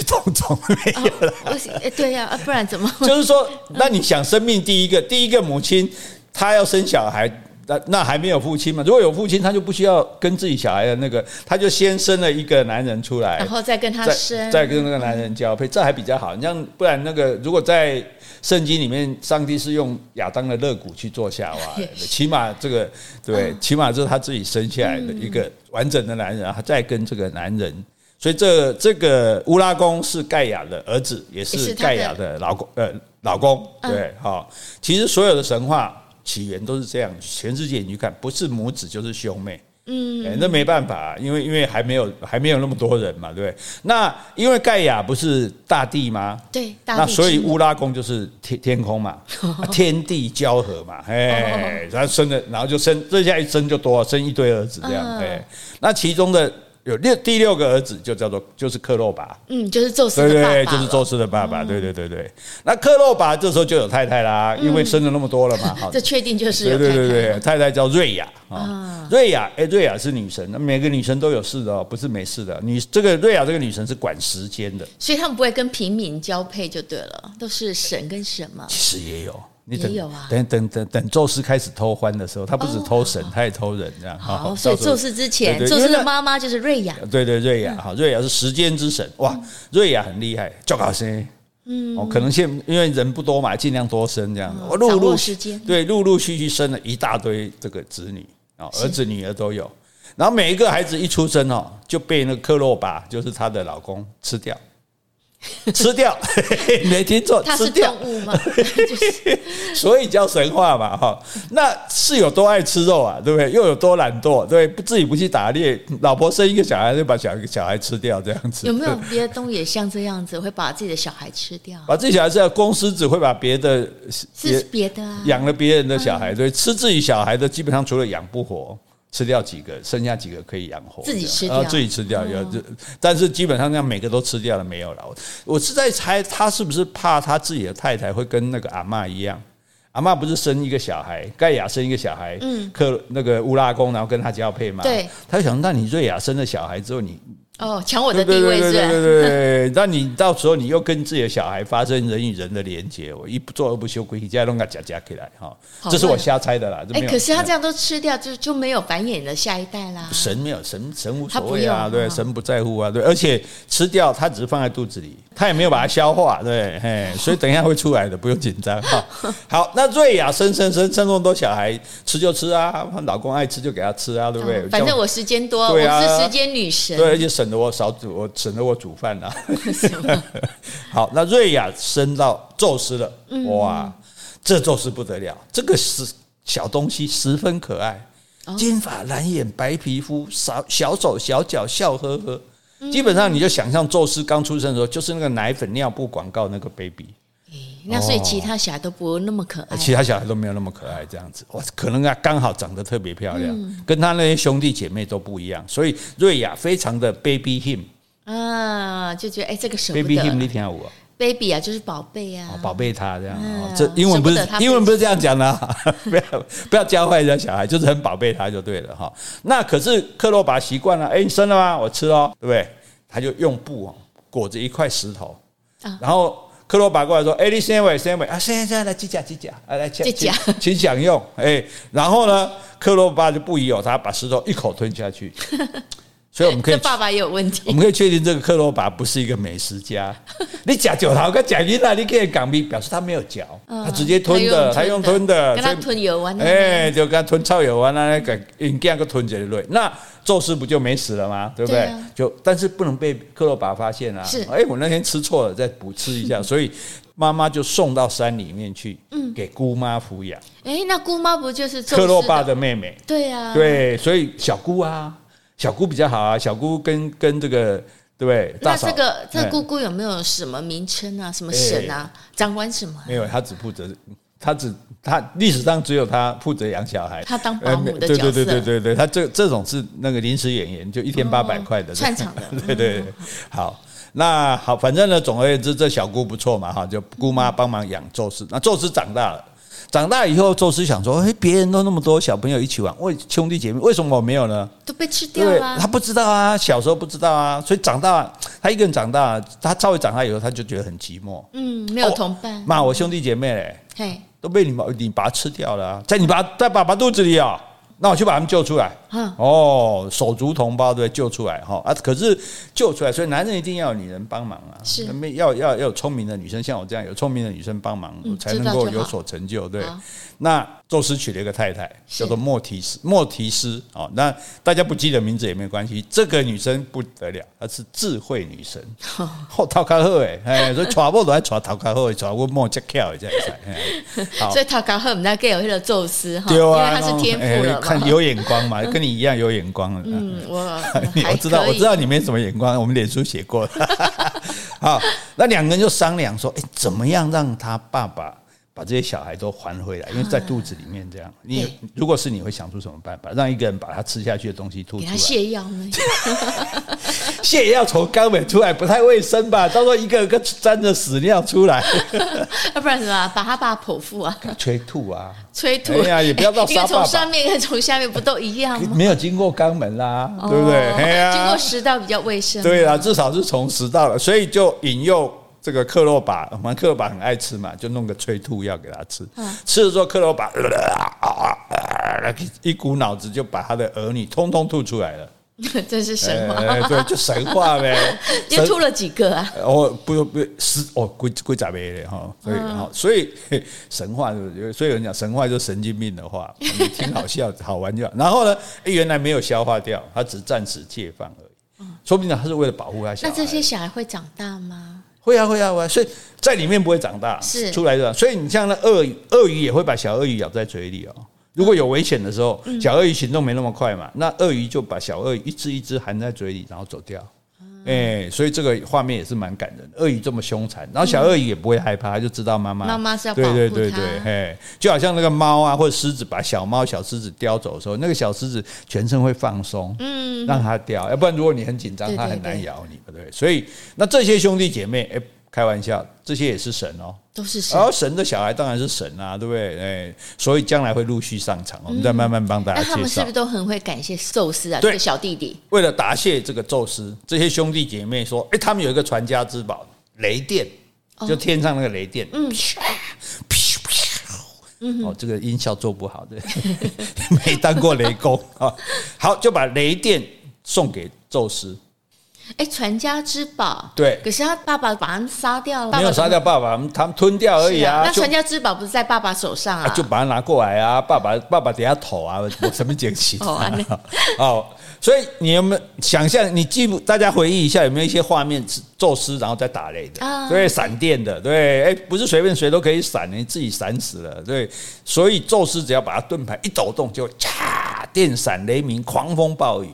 Speaker 1: 种种没
Speaker 2: 啊
Speaker 1: 有了。
Speaker 2: 不是哎对呀、啊，不然怎么？
Speaker 1: <laughs> 就是说，那你想生命第一个，第一个母亲她要生小孩，那那还没有父亲嘛？如果有父亲，她就不需要跟自己小孩的那个，她就先生了一个男人出来
Speaker 2: 然，后再跟他
Speaker 1: 哎再
Speaker 2: 生，
Speaker 1: 再跟那个男人交配，这还比较好。你像不然那个，如果在圣经里面，上帝是用亚当的肋骨去做夏娃
Speaker 2: <laughs>
Speaker 1: 的，起码这个对，
Speaker 2: 嗯
Speaker 1: 起码这是他自己生下来的一个完整的男人，然后再跟这个男人。所以这这个乌拉宫是盖亚的儿子，也
Speaker 2: 也
Speaker 1: 是
Speaker 2: 是他的
Speaker 1: 盖亚的老公，呃，老公
Speaker 2: 嗯
Speaker 1: 对，好、其实所有的神话起源都是这样，全世界你去看，不是母子就是兄妹，
Speaker 2: 嗯
Speaker 1: 哎，那没办法，因为因为还没有还没有那么多人嘛，对不对？那因为盖亚不是大地吗？
Speaker 2: 对，大
Speaker 1: 那
Speaker 2: 地
Speaker 1: 所以
Speaker 2: 之母
Speaker 1: 乌拉宫就是天天空
Speaker 2: <laughs>
Speaker 1: 嘛，啊天地交合嘛，
Speaker 2: 哦
Speaker 1: 哎，然后生的，然后就生，这下一生就多，生一堆儿子这样，
Speaker 2: 嗯
Speaker 1: 哎，那其中的有六第六个儿子就叫做就是克洛巴，
Speaker 2: 嗯，就是宙斯
Speaker 1: 对
Speaker 2: 的
Speaker 1: 对
Speaker 2: 爸爸
Speaker 1: 对，
Speaker 2: 嗯了，
Speaker 1: 就是宙斯的爸爸，对对对对。那克洛巴这时候就有太太啦，因为生了那么多
Speaker 2: <laughs>
Speaker 1: 了嘛，好
Speaker 2: 嗯这确定就是
Speaker 1: 对
Speaker 2: 有
Speaker 1: 对
Speaker 2: 太太
Speaker 1: 对对，
Speaker 2: 了
Speaker 1: 太太叫瑞亚啊，瑞亚，哎，瑞亚是女神，那每个女神都有事的哦，不是没事的。女这个瑞亚这个女神是管时间的，
Speaker 2: 所以他们不会跟平民交配就对了，都是神跟神
Speaker 1: <laughs>
Speaker 2: 嘛。
Speaker 1: 其实也有。你等
Speaker 2: 也有啊哦
Speaker 1: 等等等等，宙斯开始偷欢的时候，他不止偷神，他也偷人，这样。
Speaker 2: 好，
Speaker 1: 哦
Speaker 2: 所以
Speaker 1: 到时候
Speaker 2: 宙斯嗯之前，
Speaker 1: 对对
Speaker 2: 宙
Speaker 1: 因
Speaker 2: 斯
Speaker 1: 为那
Speaker 2: 的妈妈就是瑞
Speaker 1: <laughs>
Speaker 2: 亚，
Speaker 1: 对对，瑞亚哈，瑞亚是时间之神，
Speaker 2: 嗯
Speaker 1: 哇，瑞亚很厉害，叫搞生。嗯，哦，可能现因为人不多嘛，尽量多生这样，我陆
Speaker 2: 嗯掌
Speaker 1: 陆
Speaker 2: 握时间
Speaker 1: 对，陆陆续续生了一大堆这个子女啊，哦儿子女儿都有，然后每一个孩子一出生哦，就被那个克洛巴，就是她的老公吃掉，吃掉， <laughs> 嘿嘿没听错，<laughs>
Speaker 2: 它
Speaker 1: 吃
Speaker 2: 是
Speaker 1: 掉
Speaker 2: 动，物吗？就是
Speaker 1: 所以叫神话嘛，哈，那是有多爱吃肉啊，对不对？又有多懒惰，对不对，自己不去打猎，老婆生一个小孩就把小小孩吃掉，这样子
Speaker 2: 有没有别的动物也像这样子，会把自己的小孩吃掉？
Speaker 1: 把自己小孩吃掉，公狮子会把别的
Speaker 2: 是别的啊，
Speaker 1: 养了别人的小孩，对，吃自己小孩的基本上除了养不活，吃掉几个，剩下几个可以养活，
Speaker 2: 自己
Speaker 1: 这
Speaker 2: 吃
Speaker 1: 样
Speaker 2: 掉嗯
Speaker 1: 啊自己吃掉，有这，但是基本上这样每个都吃掉了没有了。我我是在猜他是不是怕他自己的太太会跟那个阿嬷一样。阿嬷不是生一个小孩，盖亚生一个小孩，嗯，克那个乌拉宫，然后跟他交配嘛。
Speaker 2: 对，
Speaker 1: 他就想，那你瑞亚生了小孩之后，你
Speaker 2: 哦，抢我
Speaker 1: 对
Speaker 2: 的地
Speaker 1: 对
Speaker 2: 位
Speaker 1: 对
Speaker 2: 是
Speaker 1: 对对
Speaker 2: 吧？
Speaker 1: 对对，那你到时候你又跟自己的小孩发生人与人的连接，我一不做二不休，回家弄个夹夹起来哈，
Speaker 2: 好
Speaker 1: 这是我
Speaker 2: 乱
Speaker 1: 瞎猜的啦，这
Speaker 2: 哎
Speaker 1: 没，有。
Speaker 2: 可是他这
Speaker 1: 样
Speaker 2: 样都吃掉，就就没有繁衍的下一代啦。
Speaker 1: 神没有神神无
Speaker 2: 他
Speaker 1: 所
Speaker 2: 不
Speaker 1: 谓啊，
Speaker 2: 用
Speaker 1: 对，
Speaker 2: 啊
Speaker 1: 神不在乎啊，对，而且吃掉它只是放在肚子里，它也没有把它消化，对，嘿，所以等一下会出来的，不用紧张
Speaker 2: <laughs>
Speaker 1: 哈。好，那瑞亚生生生生那么多小孩，吃就吃啊，老公爱吃就给他吃啊，对不对？
Speaker 2: 哦反
Speaker 1: 这样
Speaker 2: 正我时间多，我
Speaker 1: 对啊
Speaker 2: 是时间女神。
Speaker 1: 对，而且省得我少煮，我省得我煮饭
Speaker 2: <laughs>
Speaker 1: 啦、好，那瑞亚升到宙斯了，
Speaker 2: 嗯
Speaker 1: 哇，这宙斯不得了，这个是小东西十分可爱，
Speaker 2: 哦
Speaker 1: 金发蓝眼白皮肤，小小手小脚笑呵呵。
Speaker 2: 嗯
Speaker 1: 基本上你就想象宙斯刚出生的时候，就是那个奶粉尿布广告那个 baby，
Speaker 2: 那所以其他小孩都不那么可爱。
Speaker 1: 其他小孩都没有那么可爱，这样子，哇，可能啊刚好长得特别漂亮，
Speaker 2: 嗯
Speaker 1: 跟他那些兄弟姐妹都不一样，所以瑞亚非常的 baby him，
Speaker 2: 啊，就觉得哎、这个舍
Speaker 1: 哦
Speaker 2: 不
Speaker 1: baby him，
Speaker 2: 得
Speaker 1: 你听我、
Speaker 2: ，baby 啊，就是宝贝啊
Speaker 1: 哦，，宝贝他这样哦
Speaker 2: 嗯，
Speaker 1: 这英文不是
Speaker 2: 舍不得他
Speaker 1: 英文不是这样讲的啊， <laughs> 不要不要教坏人家小孩，就是很宝贝他就对了哈。那可是克洛巴习惯了，哎，你生了吗？我吃哦，对不对？他就用布哦裹着一块石头，
Speaker 2: 啊
Speaker 1: 然后克洛巴过来说：“哎，你先喂，先喂啊，现在现在来几甲几甲，啊来
Speaker 2: 几甲
Speaker 1: 请 <laughs> 请享用。”哎，然后呢，克洛巴就不疑有他，把石头一口吞下去。 <laughs> 所以我们可以
Speaker 2: <laughs> 这爸爸也有问
Speaker 1: 我
Speaker 2: 题。
Speaker 1: 们可以确定这个克罗拔不是一个美食家。你假九桃跟假云啊，你可以港币表示他没有嚼，
Speaker 2: 嗯
Speaker 1: 他直接吞的，他用吞的，
Speaker 2: 跟他
Speaker 1: 所以
Speaker 2: 吞油丸。
Speaker 1: 哎，就跟他吞草油啊，那个引干个吞着类，那宙斯不就没死了吗？对不对？
Speaker 2: 对啊
Speaker 1: 就但是不能被克洛拔发现啊。
Speaker 2: 是
Speaker 1: 哎，我那天吃错了，再补吃一下，所以妈妈就送到山里面去，给姑妈抚养。
Speaker 2: 哎，那姑妈不就是宙斯
Speaker 1: 克洛爸？的妹妹，
Speaker 2: 对啊呀，，
Speaker 1: 对，所以小姑啊，小姑比较好啊，小姑跟跟这个对不对？大
Speaker 2: 那
Speaker 1: 嫂
Speaker 2: 这个这
Speaker 1: 哎
Speaker 2: 姑姑有没有什么名称啊？什么神啊？掌管什么？
Speaker 1: 没有，他只负责，他只他历史上只有他负责养小孩，
Speaker 2: 他当保姆
Speaker 1: 呃
Speaker 2: 的
Speaker 1: 对
Speaker 2: 角色
Speaker 1: 对对对对对，他这这种是那个临时演员，就一天八百块的、
Speaker 2: <laughs> 哦串场的
Speaker 1: 对对对，好。那好，反正呢，总而言之，这小姑不错嘛，哈，就姑妈帮忙养宙斯。那宙斯长大了，长大以后，宙斯想说，哎，别人都那么多小朋友一起玩，为兄弟姐妹，为什么我没有呢？
Speaker 2: 都被吃掉
Speaker 1: 对，
Speaker 2: 了
Speaker 1: 他。不知道啊，小时候不知道啊，所以长大，他一个人长大，他稍微长大以后，他就觉得很寂寞。
Speaker 2: 嗯，没有同伴。
Speaker 1: 哦妈，我兄弟姐妹嘞，
Speaker 2: 嘿，
Speaker 1: 都被你把你把它吃掉了、啊，在你爸在爸爸肚子里啊、那我去把他们救出来。
Speaker 2: 嗯
Speaker 1: 哦，手足同胞对不对救出来哈啊！可是救出来，所以男人一定要有女人帮忙啊，
Speaker 2: 是
Speaker 1: 没要要要有聪明的女生，像我这样有聪明的女生帮忙，
Speaker 2: 嗯
Speaker 1: 我才
Speaker 2: 知道
Speaker 1: 能够
Speaker 2: 就好
Speaker 1: 有所成就。对
Speaker 2: 好，
Speaker 1: 那宙斯娶了一个太太，
Speaker 2: 是
Speaker 1: 叫做莫提斯，莫提斯哦。那大家不记得名字也没关系，这个女生不得了，她是智慧女
Speaker 2: <laughs>
Speaker 1: 神。哦，头壳好诶，哎，所以娶某都爱娶头壳好的，娶我莫只巧的才会使。哎好
Speaker 2: 所以塔卡赫我们那 gay 有那个宙斯哈，
Speaker 1: 对
Speaker 2: 哦因为
Speaker 1: 啊，
Speaker 2: 他是天
Speaker 1: 哎
Speaker 2: 赋了
Speaker 1: 看
Speaker 2: 嘛。
Speaker 1: 有眼光嘛，跟你一样有眼光了。
Speaker 2: 嗯，我
Speaker 1: <laughs> 你我
Speaker 2: 还
Speaker 1: 知道，
Speaker 2: 可
Speaker 1: 我
Speaker 2: 以
Speaker 1: 知道你没什么眼光，我们脸书写
Speaker 2: <laughs>
Speaker 1: 过。好，那两个人就商量说，哎、怎么样让他爸爸把这些小孩都还回来？因为在肚子里面
Speaker 2: 啊
Speaker 1: 这样，你如果是你会想出什么办法，让一个人把他吃下去的东西吐
Speaker 2: 给
Speaker 1: 出
Speaker 2: 他
Speaker 1: 来？
Speaker 2: 泻药呢。 <laughs>
Speaker 1: 蟹也要从肛门出来，不太卫生吧？到时候一个个沾着屎尿出
Speaker 2: <laughs>
Speaker 1: 来，
Speaker 2: 要不然什么啊把他爸剖
Speaker 1: <laughs>
Speaker 2: 腹啊，
Speaker 1: 催吐啊！
Speaker 2: 催吐。
Speaker 1: 哎呀也不要到
Speaker 2: 一个
Speaker 1: 沙发
Speaker 2: 从
Speaker 1: 吧
Speaker 2: 上面，一个从下面，不都一样吗？
Speaker 1: 没有经过肛门啦， <laughs> 对不对？
Speaker 2: 哦
Speaker 1: 哎呀
Speaker 2: 经过食道比较卫生。
Speaker 1: <laughs> 对啦，至少是从食道了，所以就引诱这个克洛巴，我们克洛巴很爱吃嘛，就弄个催吐药给他吃。
Speaker 2: 嗯
Speaker 1: 吃了之后，克洛巴、 <laughs> 一股脑子就把他的儿女通通吐出来了。
Speaker 2: <laughs> 真是神话。
Speaker 1: 哎对，就神话呗。
Speaker 2: <laughs> 又吐了几个啊？
Speaker 1: 哦，不不是哦，鬼鬼咋没嘞哈？所以
Speaker 2: 嗯
Speaker 1: 哈、所以 <laughs> 嘿神话就是，所以有人讲神话就是神经病的话，你听好笑好玩就好。然后呢，哎原来没有消化掉，他只暂时戒放而已。说不定他是为了保护他小
Speaker 2: 嗯
Speaker 1: 孩。
Speaker 2: 那这些小孩会长大吗？
Speaker 1: 会啊会啊会啊，所以在里面不会长大，
Speaker 2: 是
Speaker 1: 出来的。所以你像那鳄鱼，鳄鱼也会把小鳄鱼咬在嘴里哦。如果有危险的时候，
Speaker 2: 嗯
Speaker 1: 小鳄鱼行动没那么快嘛，那鳄鱼就把小鳄鱼一只一只含在嘴里，然后走掉。
Speaker 2: 啊
Speaker 1: 哎、所以这个画面也是蛮感人的。鳄鱼这么凶残，然后小鳄鱼也不会害怕，它就知道妈妈
Speaker 2: 妈妈是要
Speaker 1: 对
Speaker 2: 保护
Speaker 1: 对对
Speaker 2: 它
Speaker 1: 对，嘿，就好像那个猫啊或者狮子把小猫小狮子叼走的时候，那个小狮子全身会放松，嗯，让它叼，要不然如果你很紧张，
Speaker 2: 对
Speaker 1: 它
Speaker 2: 对
Speaker 1: 很难
Speaker 2: 对
Speaker 1: 咬你，对不对？所以那这些兄弟姐妹，哎、开玩笑，这些也是神哦。
Speaker 2: 都是神
Speaker 1: 然。后神的小孩当然是神啊，对不对？哎、所以将来会陆续上场，我们再慢慢帮大家
Speaker 2: 那他
Speaker 1: 介
Speaker 2: 们是
Speaker 1: 绍。
Speaker 2: 不是都很会感谢宙斯啊？
Speaker 1: 对
Speaker 2: 这个小弟弟
Speaker 1: 为了答谢这个宙斯，这些兄弟姐妹说：“哎、他们有一个传家之宝，雷电，就天上那个雷电，嗯，哦，这个音效做不好的，没当过雷公啊。好，就把雷电送给宙斯，
Speaker 2: 哎，传家之宝。
Speaker 1: 对
Speaker 2: 可是他爸哦爸把他们杀掉了，
Speaker 1: 没有杀掉爸爸，他们吞掉
Speaker 2: 爸爸
Speaker 1: 而
Speaker 2: 怎么
Speaker 1: 已
Speaker 2: 是啊。
Speaker 1: 啊，
Speaker 2: 那
Speaker 1: 就
Speaker 2: 传家之宝不是在爸爸手上
Speaker 1: 啊
Speaker 2: 啊？
Speaker 1: 就把它拿过来啊，爸爸爸爸等下投啊，我什么惊喜
Speaker 2: 哦安尼
Speaker 1: <laughs> 哦，所以你有没有想象？你记不？大家回忆一下，有没有一些画面是宙斯然后再打雷的？
Speaker 2: 啊
Speaker 1: 对，闪电的，对，哎，不是随便谁都可以闪，你自己闪死了，对。所以宙斯只要把它盾牌一抖动，就嚓，电闪雷鸣，狂风暴雨。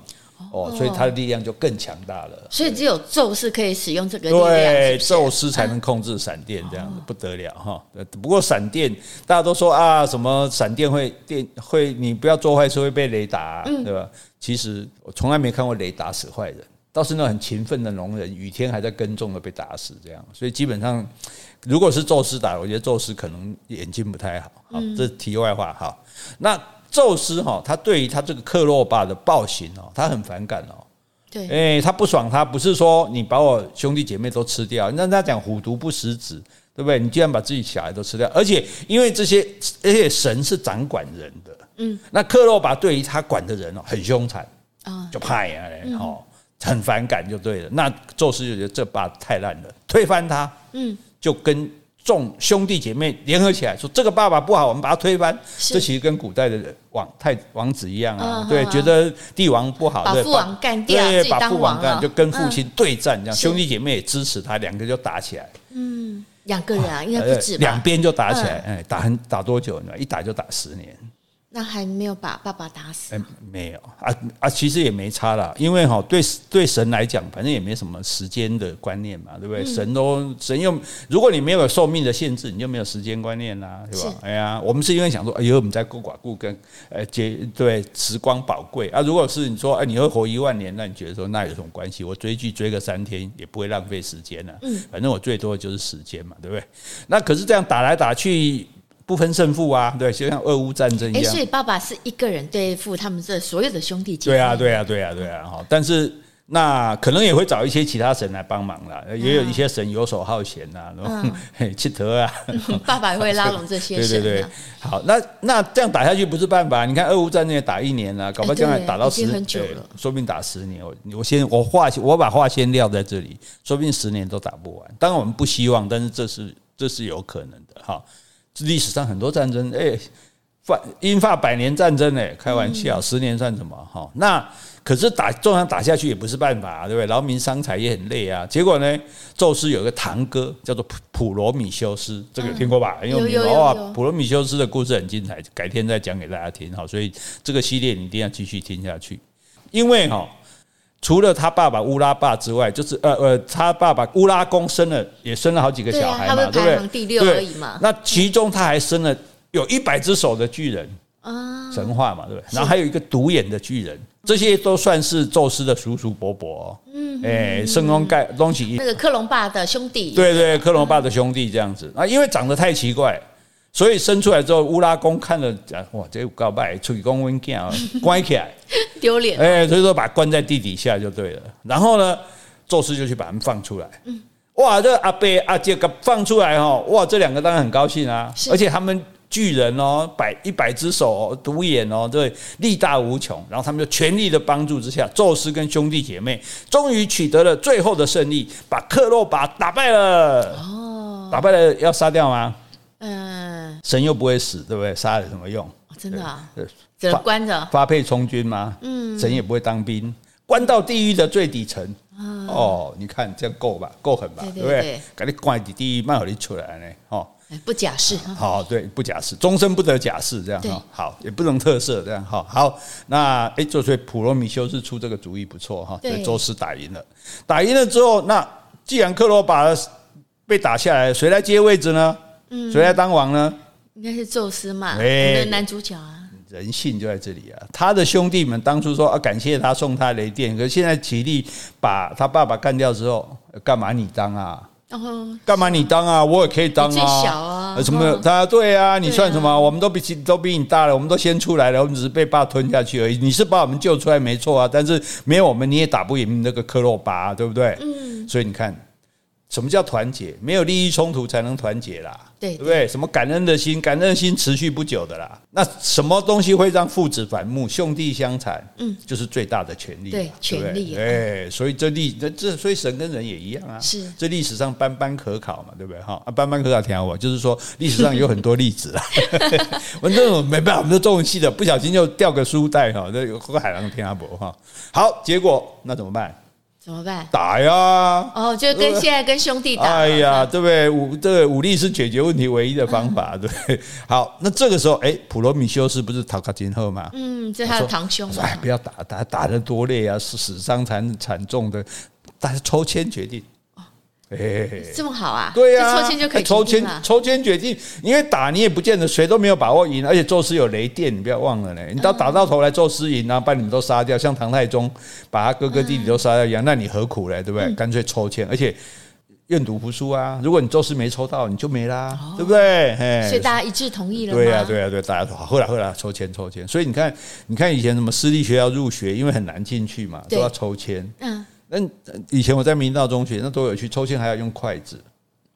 Speaker 1: 哦，所以它的力量就更强大了。
Speaker 2: 所以只有宙斯可以使用这个力量。
Speaker 1: 对，宙斯才能控制闪电，这样子不得了哈。呃不过闪电大家都说啊，什么闪电会电会，你不要做坏事会被雷打，对吧？其实我从来没看过雷打死坏人，倒是那种很勤奋的农人，雨天还在耕种的被打死这样。所以基本上，如果是宙斯打，我觉得宙斯可能眼睛不太好。好，这题外话哈。那宙斯哈，他对于他这个克洛巴的暴行哦，他很反感哦。
Speaker 2: 对，
Speaker 1: 哎、他不爽他，不是说你把我兄弟姐妹都吃掉，那他讲虎毒不食子，对不对？你居然把自己小孩都吃掉，而且因为这些，而且神是掌管人的，嗯，那克洛巴对于他管的人哦，很凶残，
Speaker 2: 啊，
Speaker 1: 就派啊嘞，哦，很反感就对了。那宙斯就觉得这把太烂了，推翻他，
Speaker 2: 嗯，
Speaker 1: 就跟众兄弟姐妹联合起来说这个爸爸不好，我们把他推翻。
Speaker 2: 是
Speaker 1: 这其实跟古代的王太王子一样啊，
Speaker 2: 嗯
Speaker 1: 对，
Speaker 2: 嗯
Speaker 1: 觉得帝王不好，
Speaker 2: 把
Speaker 1: 对
Speaker 2: 父王干掉，
Speaker 1: 对
Speaker 2: 自，己
Speaker 1: 把
Speaker 2: 当
Speaker 1: 父王
Speaker 2: 王了，
Speaker 1: 干，就跟父
Speaker 2: 嗯
Speaker 1: 亲对战这样，
Speaker 2: 是
Speaker 1: 兄弟姐妹也支持他，两个就打起来。
Speaker 2: 嗯两个人啊，应该不止
Speaker 1: 呃
Speaker 2: 吧？嗯
Speaker 1: 两边就打起来，哎、打很打多久呢？一打就打十年，
Speaker 2: 那还没有把爸爸打死
Speaker 1: 哎、，没有啊啊，其实也没差啦，因为哈、对对神来讲，反正也没什么时间的观念嘛，对不
Speaker 2: 嗯
Speaker 1: 对？神都神又，如果你没有寿命的限制，你就没有时间观念啦、对吧？哎呀，我们是因为想说，哎呦，我们在孤寡顾跟呃节对时光宝贵啊。如果是你说，哎，你会活一万年，那你觉得说那有什么关系？我追剧追个三天也不会浪费时间啊，
Speaker 2: 嗯
Speaker 1: 反正我最多的就是时间嘛，对不对？那可是这样打来打去。不分胜负啊，对，就像俄乌战争一
Speaker 2: 哎，
Speaker 1: 样。
Speaker 2: 所以爸爸是一个人对付他们这所有的兄弟姐妹，
Speaker 1: 对啊，对啊，对啊，对啊，哈！但是那可能也会找一些其他神来帮忙啦，
Speaker 2: 嗯
Speaker 1: 也有一些神游手好闲呐、啊，然后 <laughs> 嘿气头啊，
Speaker 2: <laughs> 爸爸会拉拢这些
Speaker 1: <laughs> 对对
Speaker 2: 神
Speaker 1: 对
Speaker 2: 啊，。
Speaker 1: 好，那那这样打下去不是办法。你看俄乌战争也打一年了、搞不好将来打到
Speaker 2: 哎对
Speaker 1: 十，
Speaker 2: 已经很久
Speaker 1: 对
Speaker 2: 了
Speaker 1: 说不定打十年。我我先我话我把话先撂在这里，说不定十年都打不完。当然我们不希望，但是这是这是有可能的哈。历史上很多战争，哎、法英法百年战争呢、哎开玩
Speaker 2: 嗯
Speaker 1: 笑，十年算什么哈？那可是打纵然打下去也不是办法、啊，对不对？劳民伤财也很累啊。结果呢，宙斯有一个堂哥叫做普普罗米修斯，这个有听过吧？很有名
Speaker 2: 嗯有
Speaker 1: 的
Speaker 2: 有
Speaker 1: 哇
Speaker 2: 有，
Speaker 1: 普罗米修斯的故事很精彩，改天再讲给大家听哈。所以这个系列你一定要继续听下去，因为哈、除了他爸爸乌拉爸之外，就是呃呃，他爸爸乌拉公生了也生了好几个
Speaker 2: 对
Speaker 1: 小
Speaker 2: 啊，
Speaker 1: 孩
Speaker 2: 他
Speaker 1: 嘛，
Speaker 2: 会
Speaker 1: 对不
Speaker 2: 排
Speaker 1: 对
Speaker 2: 行？第六
Speaker 1: 对
Speaker 2: 而已嘛，
Speaker 1: 那其中他还生了有一百只手的巨人，
Speaker 2: 啊，
Speaker 1: 神话嘛，对不对？然后还有一个独眼的巨人，这些都算是宙斯的叔叔伯伯、哦。嗯，哎，圣公盖东西
Speaker 2: 那个克隆爸的兄弟，
Speaker 1: 对对，克隆爸的兄弟这样子啊，因为长得太奇怪，所以生出来之后，乌拉公看了，啊哇，这个告白，出去公温健啊， <laughs> 关起来，
Speaker 2: 丢脸，
Speaker 1: 哎、所以说把关在地底下就对了。然后呢，宙斯就去把他们放出来。嗯，哇，这阿贝阿杰给放出来哦，哇，这两个当然很高兴啊，
Speaker 2: 是
Speaker 1: 而且他们。巨人哦，百一百只手、哦，独眼哦，对，力大无穷。然后他们就全力的帮助之下，宙斯跟兄弟姐妹终于取得了最后的胜利，把克洛巴打败了。哦，打败了要杀掉吗？
Speaker 2: 嗯，
Speaker 1: 神又不会死，对不对？杀了有什么用？
Speaker 2: 哦真的啊，
Speaker 1: 对
Speaker 2: 只
Speaker 1: 发
Speaker 2: 能关着，
Speaker 1: 发配充军吗？嗯，神也不会当兵，关到地狱的最底层。哦，你看这样够吧？够狠吧？
Speaker 2: 啊对对
Speaker 1: 不对
Speaker 2: 对？
Speaker 1: 赶紧关在地狱，慢好你出来呢。哦，
Speaker 2: 哎不假释哈。
Speaker 1: 好，对，不假释，终身不得假释，这样
Speaker 2: 对
Speaker 1: 哈。好，也不能特赦，这样哈。好，那哎，就所以普罗米修斯出这个主意不错哈，所
Speaker 2: 对
Speaker 1: 以宙斯打赢了。打赢了之后，那既然克罗把被打下来，谁来接位置呢？
Speaker 2: 嗯
Speaker 1: 谁来当王呢？
Speaker 2: 应该是宙斯嘛，
Speaker 1: 哎
Speaker 2: 那个男主角啊，
Speaker 1: 人性就在这里啊！他的兄弟们当初说啊，感谢他送他雷电，可是现在吉利把他爸爸干掉之后，呃干嘛你当啊？
Speaker 2: 然后
Speaker 1: 干嘛你当啊？我也可以当啊！
Speaker 2: 你最小啊
Speaker 1: 呃什么？
Speaker 2: 嗯
Speaker 1: 他对啊，你
Speaker 2: 对啊
Speaker 1: 算什么？我们都比起都比你大了，我们都先出来了，我们只是被爸吞下去而已。你是把我们救出来没错啊，但是没有我们你也打不赢那个克洛巴、对不对？嗯，所以你看。什么叫团结？没有利益冲突才能团结啦，
Speaker 2: 对
Speaker 1: 对不对？什么感恩的心，感恩的心持续不久的啦。那什么东西会让父子反目、兄弟相残？嗯，就是最大的权利啦，
Speaker 2: 对
Speaker 1: 对不对
Speaker 2: 权利啊
Speaker 1: 哎，所以这历这这所以神跟人也一样啊，
Speaker 2: 是
Speaker 1: 这历史上斑斑可考嘛，对不对哈？啊，斑斑可考听我，就是说历史上有很多例子啊。我们这种没办法，我们这中文系的不小心就掉个书袋哈，这有海浪听阿伯哈。好，结果那怎么办？
Speaker 2: 怎么办？
Speaker 1: 打呀！
Speaker 2: 哦，就跟现在跟兄弟打，
Speaker 1: 呃哎呀，对不对？武这个武力是解决问题唯一的方法，对不对。好，那这个时候，哎，普罗米修斯不是讨卡金后吗？
Speaker 2: 嗯，这是他的堂兄
Speaker 1: 我说
Speaker 2: 嘛，
Speaker 1: 哎，不要打，打打的多累啊，是死伤惨惨重的，大家抽签决定。哎、
Speaker 2: 这么好啊？
Speaker 1: 对呀、
Speaker 2: 哦这抽签就可以
Speaker 1: 抽
Speaker 2: 决定
Speaker 1: 签
Speaker 2: 了，
Speaker 1: 抽签决定，因为打你也不见得谁都没有把握赢，而且宙斯有雷电，你不要忘了嘞，你到打到头来宙斯赢，然后把你们都杀掉，像唐太宗把他哥哥弟弟都杀掉一样，那你何苦嘞？对不对？
Speaker 2: 嗯
Speaker 1: 干脆抽签，而且愿赌服输啊！如果你宙斯没抽到，你就没啦，对不对？哎嘿
Speaker 2: 哦所以大家一致同意了吗？
Speaker 1: 对呀、啊对呀、对、大家说好，后来后来抽签抽签，所以你看，你看以前什么私立学校入学，因为很难进去嘛，都
Speaker 2: 对
Speaker 1: 要抽签。
Speaker 2: 嗯，
Speaker 1: 那呃以前我在明道中学，那都有去抽签，还要用筷子，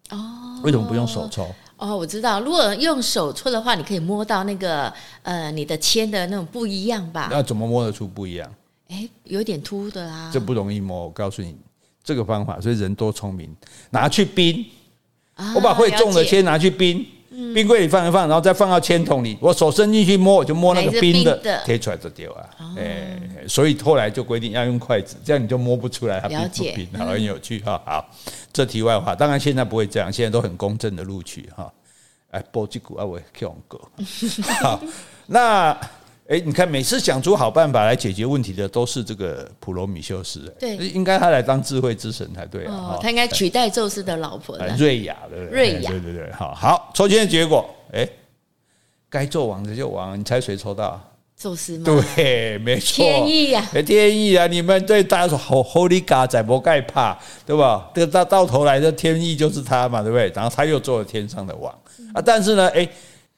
Speaker 2: 哦，
Speaker 1: 为什么不用手？抽？
Speaker 2: 哦，我知道，如果用手抽的话，你可以摸到那个呃你的签的那种不一样吧？
Speaker 1: 那怎么摸得出不一样？
Speaker 2: 哎，有点秃的啊
Speaker 1: 这，不容易摸，我告诉你这个方法，所以人多聪明，拿去冰，
Speaker 2: 啊
Speaker 1: 我把会种的
Speaker 2: 了解嗯
Speaker 1: 先拿去冰，冰柜里放一放，然后再放到铅桶里，我手伸进去摸，我就摸那个冰
Speaker 2: 还是冰的哦
Speaker 1: 的，贴出来就丢啊。哎，所以后来就规定要用筷子，这样你就摸不出来它冰
Speaker 2: 了
Speaker 1: 不
Speaker 2: 解
Speaker 1: 冰，好，很有趣哈。好，这题外话，当然现在不会这样，现在都很公正的录取哈。哎，波吉股啊，我也 Q
Speaker 2: <laughs>
Speaker 1: 哥。好，那哎，你看每次想出好办法来解决问题的都是这个普罗米修斯，哎
Speaker 2: 对
Speaker 1: 应该他来当智慧之神才对啊。
Speaker 2: 哦
Speaker 1: 哈，
Speaker 2: 他应该取代宙斯的老婆
Speaker 1: 呃
Speaker 2: 的，
Speaker 1: 瑞亚对不对？哎
Speaker 2: 瑞亚
Speaker 1: 对对对，好好抽签的结果，哎，该做王的就王，你猜谁抽到？
Speaker 2: 宙斯吗？
Speaker 1: 对，没错，
Speaker 2: 天意呀
Speaker 1: 哎天意啊！你们对大家好 Holy God 在不盖怕，对吧？这个到到头来的天意就是他嘛，对不对？然后他又做了天上的王啊，但是呢，哎，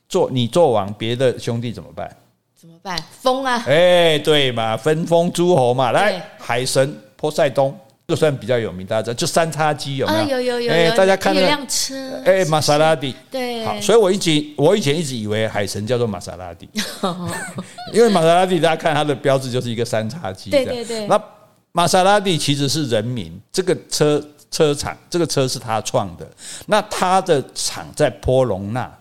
Speaker 1: 做你做王，别的兄弟怎么办？
Speaker 2: 怎么办？疯啊！
Speaker 1: 哎，对嘛，分封诸侯嘛，
Speaker 2: 对
Speaker 1: 来海神波塞冬，就算比较有名，大家知道，就三叉戟有没
Speaker 2: 啊，
Speaker 1: 有？
Speaker 2: 有有有
Speaker 1: 哎
Speaker 2: 有，
Speaker 1: 大家看
Speaker 2: 有
Speaker 1: 那
Speaker 2: 一
Speaker 1: 个
Speaker 2: 辆车，
Speaker 1: 哎，玛莎拉蒂。
Speaker 2: 对，
Speaker 1: 好，所以我以前我以前一直以为海神叫做玛莎拉
Speaker 2: <laughs>
Speaker 1: 蒂，因为玛莎拉蒂大家看它的标志就是一个三叉戟这样。
Speaker 2: 对对对
Speaker 1: 那玛莎拉蒂其实是人民这个车车厂，这个车是他创的。那他的厂在波隆纳，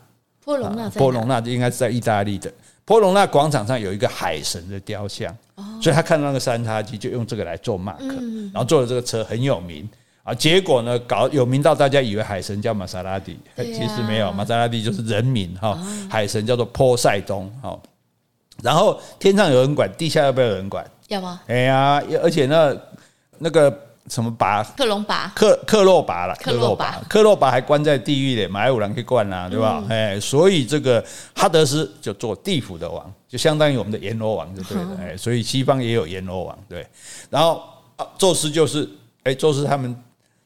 Speaker 2: 波隆纳啊在
Speaker 1: 波
Speaker 2: 哪
Speaker 1: 隆纳应该是在意大利的。波隆纳广场上有一个海神的雕像，
Speaker 2: 哦
Speaker 1: 所以他看到那个三叉戟，就用这个来做 mark，、然
Speaker 2: 嗯
Speaker 1: 后做了这个车很有名啊。结果呢，搞有名到大家以为海神叫玛莎拉蒂，
Speaker 2: 对啊哦
Speaker 1: 其实没有，玛莎拉蒂就是人名哈、海神叫做波塞冬哈、哦。然后天上有人管，地下要不要有人管？
Speaker 2: 要吗？
Speaker 1: 哎呀，而且那那个什么把
Speaker 2: 克隆拔
Speaker 1: 克克洛拔了，
Speaker 2: 克洛拔嗯
Speaker 1: 克洛拔还关在地狱里，马来五郎去关啦、对吧？哎、所以这个哈德斯就做地府的王，就相当于我们的阎罗王，就对
Speaker 2: 哦
Speaker 1: 了。哎、所以西方也有阎罗王，对。然后、啊宙斯就是，哎、宙斯他们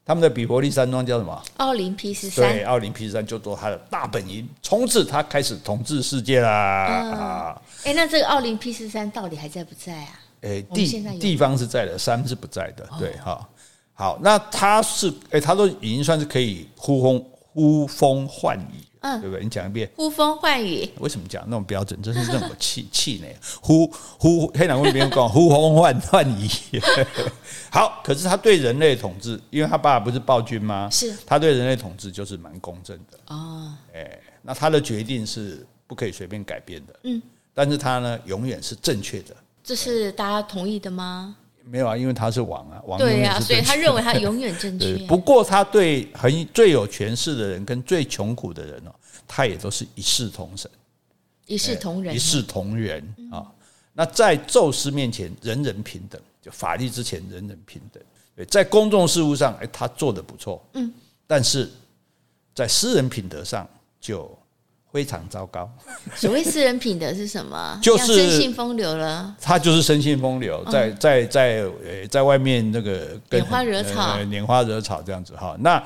Speaker 1: 他们的比佛利山庄叫什么？
Speaker 2: 奥林匹斯
Speaker 1: 对，
Speaker 2: 山，
Speaker 1: 奥林匹斯山就做他的大本营，从此他开始统治世界啦。啊
Speaker 2: 哎，那这个奥林匹斯山到底还在不在啊？
Speaker 1: 诶，
Speaker 2: 我们现在
Speaker 1: 地
Speaker 2: 有哦
Speaker 1: 地方是在的，山是不在的，对哈、好，那他是诶，他都已经算是可以呼风呼风唤雨，
Speaker 2: 嗯
Speaker 1: 对不对？你讲一遍，
Speaker 2: 呼风唤雨，
Speaker 1: 为什么讲那种标准，真是让我气 <laughs> 气馁。呼呼，黑南问别人讲呼风唤唤雨， <laughs> 好，可是他对人类统治，因为他爸爸不是暴君吗？
Speaker 2: 是
Speaker 1: 他对人类统治就是蛮公正的。
Speaker 2: 哦，
Speaker 1: 那他的决定是不可以随便改变的，嗯，但是他呢，永远是正确的。
Speaker 2: 这是大家同意的吗？没
Speaker 1: 没有啊，因为他是王啊，王
Speaker 2: 对
Speaker 1: 呀、
Speaker 2: 呀、所以他认为他永远
Speaker 1: <laughs>
Speaker 2: 正
Speaker 1: 对
Speaker 2: 确，，
Speaker 1: 不过他对很最有权势的人跟最穷苦的人哦，他也都是一视同神，
Speaker 2: 一视同仁
Speaker 1: 哎
Speaker 2: 嗯
Speaker 1: 一。视同仁啊、那在宙斯面前，人人平等，就法律之前人人平等。对，在公众事务上，哎，他做的不错，嗯，但是在私人品德上就非常糟糕。
Speaker 2: 所谓私人品德是什么？
Speaker 1: 就是
Speaker 2: 要生性风流了，
Speaker 1: 他就是生性风流，在在在呃，在外面那个跟
Speaker 2: 嗯拈花惹草
Speaker 1: 呃拈花惹草这样子哈。那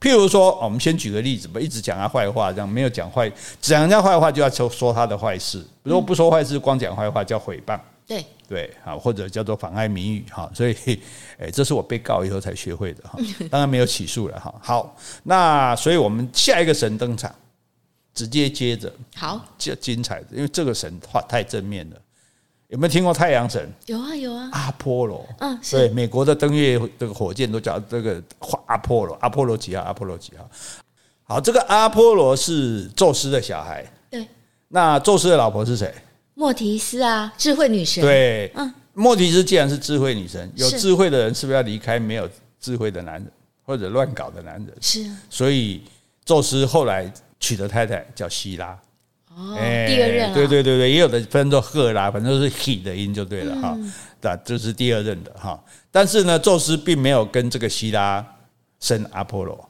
Speaker 1: 譬如说，哦我们先举个例子吧，一直讲他坏话，这样没有讲坏，讲人家坏话就要说说他的坏事，如果不说坏事，光讲坏话叫诽谤。
Speaker 2: 对，
Speaker 1: 对，好，或者叫做妨碍名誉哈，所以， <laughs> 哎，这是我被告以后才学会的
Speaker 2: <laughs>
Speaker 1: 哈，当然没有起诉了哈。好，那所以我们下一个神登场，直接接着
Speaker 2: 好，
Speaker 1: 就精彩的，因为这个神话太正面了。有没有听过太阳神？
Speaker 2: 有啊有啊，
Speaker 1: 阿波罗。
Speaker 2: 嗯，是
Speaker 1: 对，美国的登月这个火箭都叫这个阿波罗，阿波罗几号？阿波罗几号？好，这个阿波罗是宙斯的小孩。
Speaker 2: 对。
Speaker 1: 那宙斯的老婆是谁？
Speaker 2: 莫提斯啊，智慧女神，
Speaker 1: 对，
Speaker 2: 嗯
Speaker 1: 莫提斯既然是智慧女神，有
Speaker 2: 是
Speaker 1: 智慧的人是不是要离开没有智慧的男人或者乱搞的男人？
Speaker 2: 是啊
Speaker 1: 所以宙斯后来娶的太太叫希拉。
Speaker 2: 哦，
Speaker 1: 哎，
Speaker 2: 第二任啊，
Speaker 1: 对对对对，也有的分作赫拉，反正都是 he 的音就对了哈。
Speaker 2: 嗯
Speaker 1: 那、这是第二任的哈。但是呢，宙斯并没有跟这个希拉生阿波罗，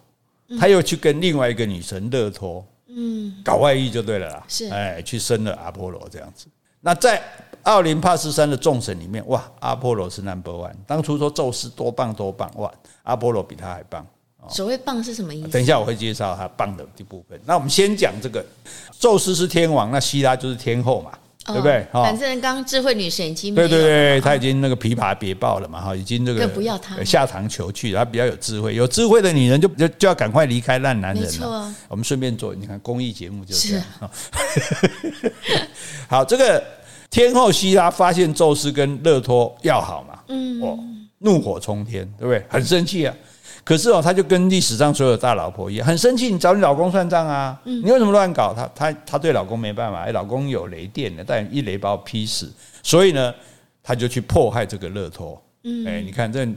Speaker 2: 嗯
Speaker 1: 他又去跟另外一个女神勒托，嗯，搞外遇就对了啦。
Speaker 2: 是
Speaker 1: 哎，去生了阿波罗这样子。那在奥林帕斯山的众神里面，哇，阿波罗是 number one。当初说宙斯多棒多棒，哇，阿波罗比他还棒。
Speaker 2: 所谓棒是什么意思？
Speaker 1: 啊等一下我会介绍他棒的这部分。那我们先讲这个，宙斯是天王，那希拉就是天后嘛，对不对
Speaker 2: 哦？
Speaker 1: 哈、
Speaker 2: 反正刚刚智慧女神已经没有
Speaker 1: 对对对，他已经那个琵琶别抱了嘛，哈，已经这个
Speaker 2: 对不要他
Speaker 1: 下堂求去，他比较有智慧，有智慧的女人就就就要赶快离开烂男人
Speaker 2: 没错
Speaker 1: 了
Speaker 2: 啊。
Speaker 1: 我们顺便做，你看公益节目就是这样。哈 <laughs> 好，这个天后希拉发现宙斯跟勒托要好嘛，嗯，哦，怒火冲天，对不对？很生气啊。可是哦，他就跟历史上所有大老婆一样，很生气。你找你老公算账啊！你为什么乱搞他？他他对老公没办法，哎，老公有雷电的，但一雷把我劈死。所以呢，他就去迫害这个勒托。哎，你看这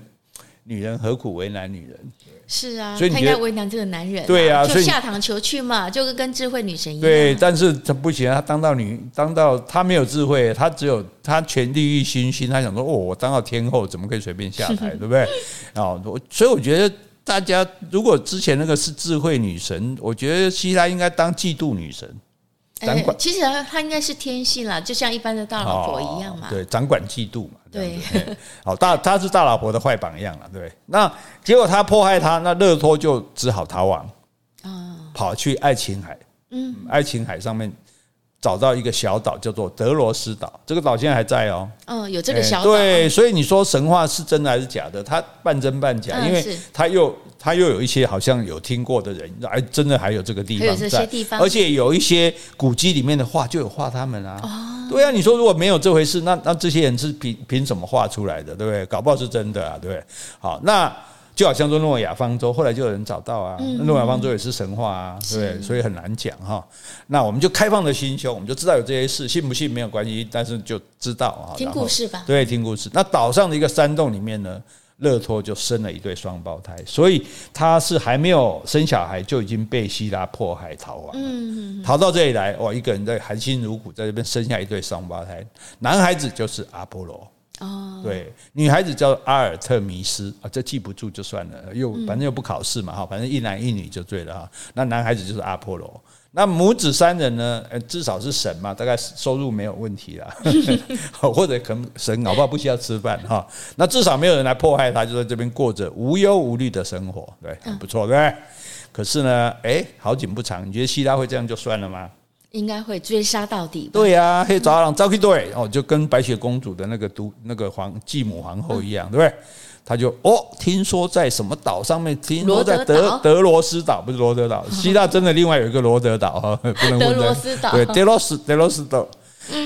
Speaker 1: 女人何苦为难女人？
Speaker 2: 是啊，
Speaker 1: 所以你
Speaker 2: 他应
Speaker 1: 觉
Speaker 2: 该
Speaker 1: 得
Speaker 2: 为难这个男人、
Speaker 1: 对啊
Speaker 2: 就
Speaker 1: 所以你
Speaker 2: 下堂求去嘛，就跟跟智慧女神一样。
Speaker 1: 对，但是他不行，他当到女，当到他没有智慧，他只有他权力欲熏心，他想说哦，我当到天后怎么可以随便下
Speaker 2: <laughs>
Speaker 1: 台，对不对？哦，我所以我觉得大家如果之前那个是智慧女神，我觉得希拉应该当嫉妒女神，掌
Speaker 2: 哎
Speaker 1: 管、
Speaker 2: 其实他他应该是天性啦，就像一般的大老婆一样嘛。
Speaker 1: 哦对，掌管嫉妒嘛，这样
Speaker 2: 对
Speaker 1: 子。嘿 <laughs> 好大他是大老婆的坏榜样了，对不对？那结果他迫害他，那勒托就只好逃亡，
Speaker 2: 啊，
Speaker 1: 跑去爱琴海，
Speaker 2: 嗯，
Speaker 1: 爱琴海上面找到一个小岛，叫做德罗斯岛。这个岛现在还在哦。
Speaker 2: 嗯，有这个
Speaker 1: 哎
Speaker 2: 小岛，
Speaker 1: 对，所以你说神话是真的还是假的？它半真半假，
Speaker 2: 嗯
Speaker 1: 因为
Speaker 2: 是
Speaker 1: 它又它又有一些好像有听过的人，哎，真的还有这个地
Speaker 2: 还有
Speaker 1: 方
Speaker 2: 这些
Speaker 1: 在
Speaker 2: 地，方
Speaker 1: 而且有一些古迹里面的画就有画他们啊。
Speaker 2: 哦
Speaker 1: 对啊，你说如果没有这回事，那那这些人是凭凭什么画出来的？对不对？搞不好是真的啊，对不对？好，那。就好像说诺亚方舟，后来就有人找到啊，
Speaker 2: 嗯
Speaker 1: 诺亚方舟也是神话啊，对不对，所以很难讲哈。那我们就开放的心胸，我们就知道有这些事，信不信没有关系，但是就知道啊。
Speaker 2: 听
Speaker 1: 然后
Speaker 2: 故事吧。
Speaker 1: 对，听故事。那岛上的一个山洞里面呢，勒托就生了一对双胞胎，所以他是还没有生小孩就已经被希拉迫害逃亡。
Speaker 2: 嗯，
Speaker 1: 逃到这里来，哦哇！一个人在含辛茹苦在这边生下一对双胞胎，男孩子就是阿波罗，
Speaker 2: 哦，
Speaker 1: 对，女孩子叫阿尔特弥斯啊，这记不住就算了，又反正又不考试嘛哈，反正一男一女就对了哈。那男孩子就是阿波罗。那母子三人呢？呃，至少是神嘛，大概收入没有问题啦， <laughs> 或者可能神搞不好不需要吃饭哈。那至少没有人来迫害他，就在这边过着无忧无虑的生活，对，很不错，对不对。可是呢，哎，好景不长，你觉得希拉会这样就算了吗？
Speaker 2: 应该会追杀到底吧。
Speaker 1: 对呀、黑杂郎招去对哦，就跟白雪公主的那个独那个皇继母皇后一样，对不对？他就哦，听说在什么岛上面，听说在
Speaker 2: 罗德
Speaker 1: 德
Speaker 2: 岛
Speaker 1: 德罗斯岛，不是罗德
Speaker 2: <laughs>
Speaker 1: 岛，希腊真的另外有一个罗德岛哦， <laughs> 不能问
Speaker 2: 德罗
Speaker 1: 人
Speaker 2: 斯岛嗯
Speaker 1: 对，德罗斯德罗斯岛。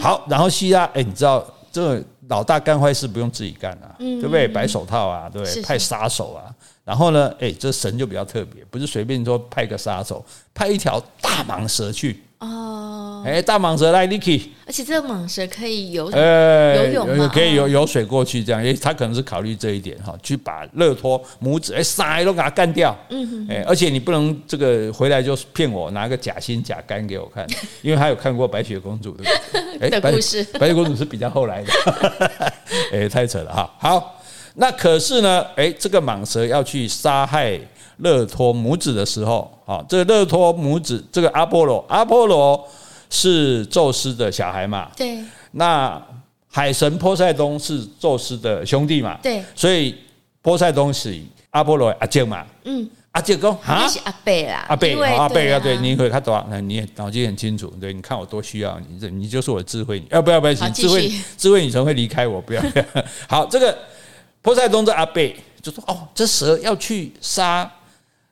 Speaker 1: 好，然后希腊，哎，你知道这个老大干坏事不用自己干啊，对不对？白手套啊，对不
Speaker 2: 嗯是
Speaker 1: 对？
Speaker 2: 是
Speaker 1: 派杀手啊，然后呢，哎，这神就比较特别，不是随便说派个杀手，派一条大蟒蛇去，
Speaker 2: 哦，
Speaker 1: 哎，大蟒蛇来，Licky。
Speaker 2: 而且这个蟒蛇可以游，
Speaker 1: 呃，
Speaker 2: 游泳嘛
Speaker 1: 可以
Speaker 2: 嗯
Speaker 1: 游游水过去这样，因为他可能是考虑这一点哈，去把勒托母子哎杀都给他干掉，嗯，哎，而且你不能这个回来就骗我拿个假心假肝给我看，因为他有看过白雪公主的哎
Speaker 2: <laughs> 的
Speaker 1: 白
Speaker 2: 故事
Speaker 1: 白雪公主是比较后来的， <laughs> 哎，太扯了哈。好，那可是呢，哎，这个蟒蛇要去杀害勒托母子的时候，啊，这个勒托母子这个阿波罗，阿波罗是宙斯的小孩嘛，
Speaker 2: 对
Speaker 1: 那海神波塞冬是宙斯的兄弟嘛，
Speaker 2: 对，
Speaker 1: 所以波塞冬是阿波罗的阿舅嘛，
Speaker 2: 嗯，
Speaker 1: 阿舅讲
Speaker 2: 应该
Speaker 1: 哈
Speaker 2: 是。阿贝啦，
Speaker 1: 阿贝，
Speaker 2: 因
Speaker 1: 哦
Speaker 2: 为
Speaker 1: 阿贝
Speaker 2: 啊，
Speaker 1: 啊，对，你会他懂啊，你也脑筋很清楚，对，你看我多需要你，这你就是我的智慧女，啊，不要不要，
Speaker 2: 好
Speaker 1: 你
Speaker 2: 继
Speaker 1: 智慧
Speaker 2: 续
Speaker 1: 智慧女神会离开我，不要。 <laughs> 不要好，这个波塞冬的阿贝就说，哦，这蛇要去杀